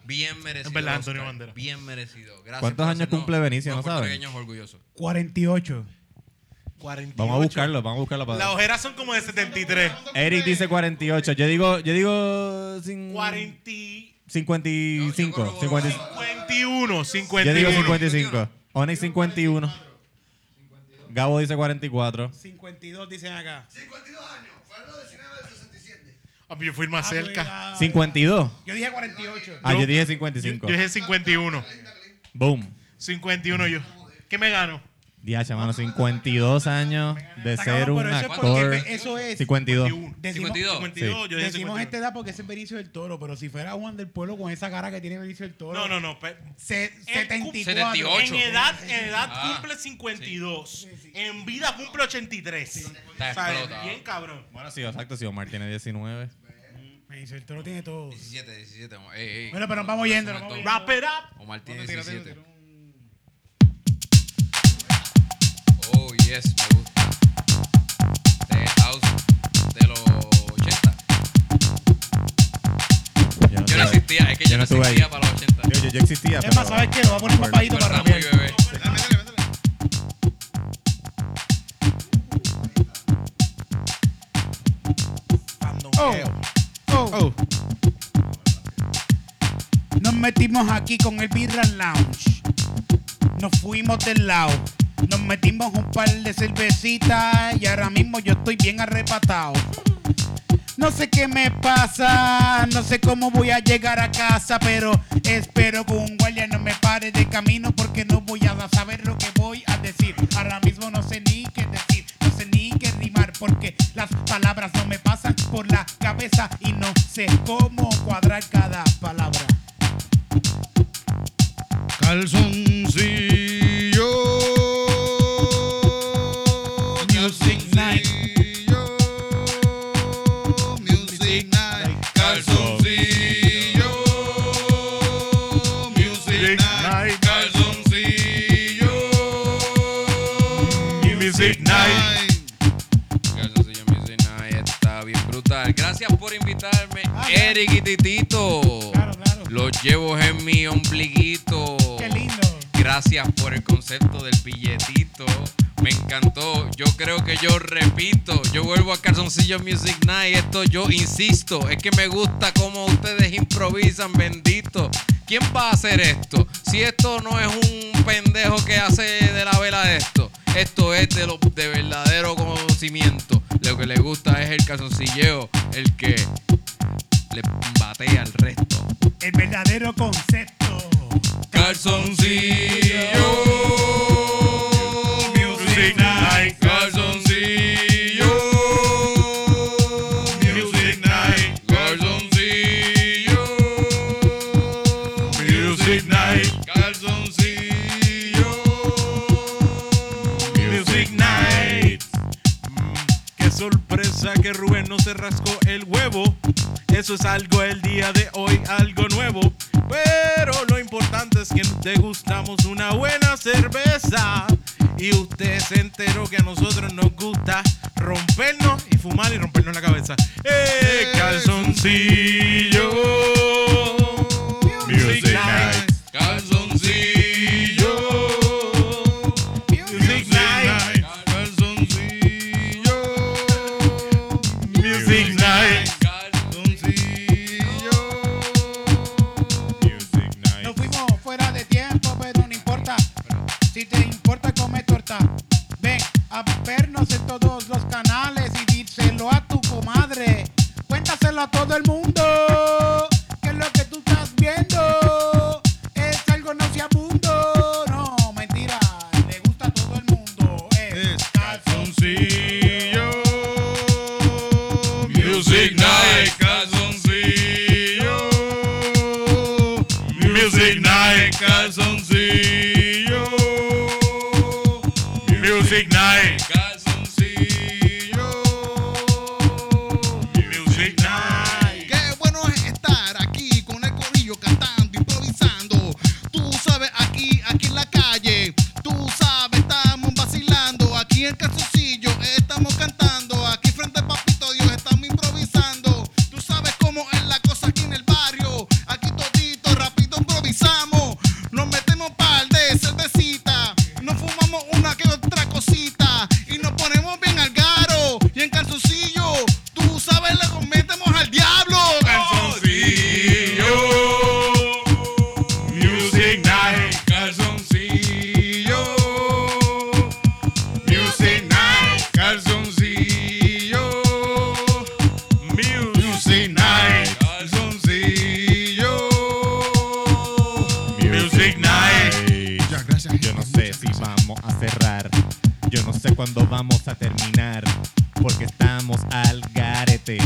S5: Bien merecido.
S6: Es verdad,
S5: Oscar,
S6: Antonio Banderas.
S5: Bien merecido. Gracias.
S2: ¿Cuántos
S5: por
S2: años
S5: hacernos
S2: cumple Benicio?
S5: unos
S2: ¿No sabes?
S5: puertorriqueños orgullosos.
S1: 48.
S2: Vamos a buscarlo, vamos a buscarlo para.
S6: Las ojeras son como de 73.
S2: Eric dice 48. Yo digo, yo digo cin- 55. 50
S6: 51, 51.
S2: Yo digo 55. Onyx 51. Gabo dice 44.
S1: 52 dicen acá.
S3: 52 años. Fue lo 19 del 67.
S6: Ah, Yo fui más cerca.
S2: 52.
S1: Yo dije 48.
S2: Ah, yo dije 55.
S6: Yo dije 51.
S2: Boom.
S6: 51 yo. ¿Qué me gano?
S2: Diacha, mano, 52 años de
S1: Está cabrón,
S2: ser un
S1: pero eso es porque
S2: actor.
S1: me- eso es-
S2: 52.
S1: Decimos,
S5: 52.
S6: 52, yo dije
S1: decimos
S6: 52.
S1: esta edad porque ese es Benicio del Toro, pero si fuera Juan del Pueblo con esa cara que tiene Benicio del
S5: este
S1: Toro.
S6: No, no, no. pe-
S1: Se-
S6: Él cum-
S1: 74.
S6: En edad, en edad
S5: Ah,
S6: cumple 52. En vida cumple 83.
S5: Está
S6: O sea,
S5: explotado.
S6: Bien cabrón.
S2: Bueno, sí, exacto. Si Omar tiene 19.
S1: Benicio del Toro tiene todo.
S5: 17, 17. Omar. Ey, ey.
S1: Bueno, pero nos
S5: Omar
S1: vamos
S5: se
S1: yendo, nos
S5: aumentó.
S1: vamos yendo. Wrap it
S5: Omar tiene
S1: Tira, tira,
S5: 17. Oh, yes, me gusta. The House de los 80. Yo no existía, es que yo no
S2: estuve
S5: existía
S2: ahí.
S5: para los 80.
S2: Yo, yo, yo existía.
S1: Es más,
S2: pero-
S1: ¿sabes qué? Lo voy a poner papadito
S5: Pero
S1: para
S5: está muy
S1: rapear.
S5: bebé.
S4: Ah,
S1: Oh. Nos metimos aquí con el Birra Lounge. Nos fuimos del lado. Nos metimos un par de cervecitas y ahora mismo yo estoy bien arrebatado. No sé qué me pasa, no sé cómo voy a llegar a casa, pero espero que un guardia no me pare de camino porque no voy a saber lo que voy a decir. Ahora mismo no sé ni qué decir, no sé ni qué rimar porque las palabras no me pasan por la cabeza y no sé cómo cuadrar cada palabra.
S3: Calzoncillo. Music Night. Music Night. Calzoncillo. Music Night. Calzoncillo.
S6: Music Night.
S5: Calzoncillo Music Night está bien brutal. Gracias por invitarme, Eric y Titito. Los llevo en mi ombliguito.
S1: Qué lindo.
S5: Gracias por el concepto del billetito. Me encantó. Yo creo que yo repito. Yo vuelvo a Calzoncillo Music Night. Esto yo insisto. Es que me gusta cómo ustedes improvisan, bendito. ¿Quién va a hacer esto? Si esto no es un pendejo que hace de la vela de esto. Esto es de, lo, de verdadero conocimiento. Lo que le gusta es el calzoncilleo. El que le batea al resto.
S1: El verdadero concepto.
S5: Calzoncillo Music Night Calzoncillo Music Night Calzoncillo Music Night Calzoncillo
S6: Music Night. Mm, Qué sorpresa que Rubén no se rascó el huevo. Eso es algo el día de hoy, algo nuevo. Pero lo importante es que degustamos una buena cerveza. Y usted se enteró que a nosotros nos gusta rompernos y fumar y rompernos la cabeza. ¡Eh, calzoncillo! Music Night.
S3: Calzoncillo. Music Night. Calzoncillo. Music Night.
S1: Nos fuimos fuera de tiempo, pero no importa. Si te importa, come torta. Ven a vernos en todos los canales y díselo a tu comadre. Cuéntaselo a todo el mundo. Que lo que tú estás viendo es algo nauseabundo. No, mentira. Le gusta a todo el mundo. Eh, Es
S3: Calzoncillo. Music Night. Calzoncillo. Music Night. Calzoncillo. Music Night. Music Night.
S4: Qué bueno es estar aquí con el corillo cantando, improvisando. Tú sabes, aquí, aquí en la calle. Tú sabes, estamos vacilando. Aquí en calzoncillo estamos cantando. Aquí frente a Papito Dios estamos improvisando. Tú sabes cómo es la cosa aquí en el barrio. Aquí todito, rápido improvisamos. Nos metemos par de cervecita. Nos fumamos una que otra cosita. Y nos ponemos bien al garo. Y en calzoncillo, tú sabes, le metemos al diablo.
S3: Calzoncillo. Music Night. Calzoncillo. Music Night. Calzoncillo. Music Night. Calzoncillo. Music Night.
S2: Yo no sé si vamos a cerrar. Yo no sé cuándo vamos a terminar. Porque estamos al garete.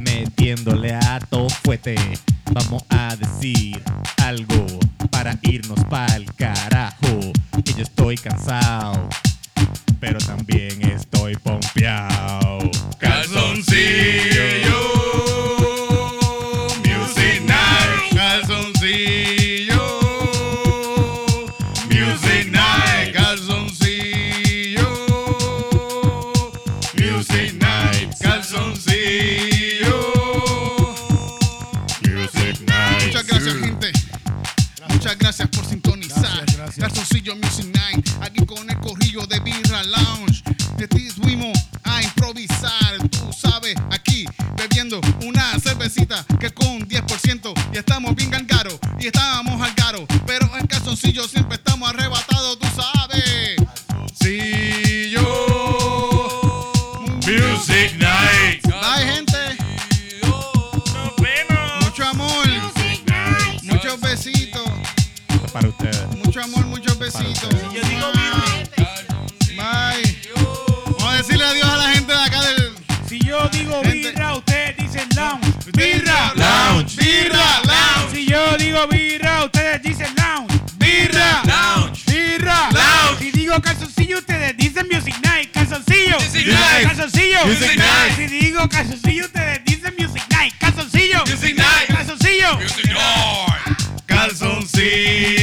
S2: Metiéndole a todo fuete. Vamos a decir algo para irnos pa'l carajo. Que yo estoy cansado. Pero también estoy pompeado.
S3: Calzoncillo. Music Night. Calzoncillo. Music Night. Calzoncillo. Music Night. Calzoncillo. Music Night.
S4: Muchas gracias, gente. Muchas gracias por sintonizar. Calzoncillo Music Night, aquí con el corrillo de Birra Lounge. De ti fuimos a improvisar, tú sabes, aquí bebiendo una cervecita que con 10% y estamos bien al garo, y estábamos al garo, pero en calzoncillo siempre estamos arrebatados, tú sabes.
S3: Calzoncillo. Music Night.
S4: Bye, gente. Nos vemos. Mucho amor. Muchos besitos.
S2: Para ustedes.
S4: Mucho amor, muchos besitos. yo digo Bye. Vamos a decirle adiós a la gente de acá del.
S1: Si yo digo birra, ustedes dicen lounge. Birra,
S3: Lounge.
S1: birra, lounge. Si yo digo birra, ustedes dicen lounge. Birra, lounge. Birra, lounge. Si digo calzoncillo, ustedes dicen music night. Calzoncillo.
S3: Music night.
S1: Calzoncillo.
S3: Music night.
S1: Si digo calzoncillo, ustedes dicen music night. Calzoncillo.
S3: Music night.
S1: Calzoncillo.
S3: Calzoncillo.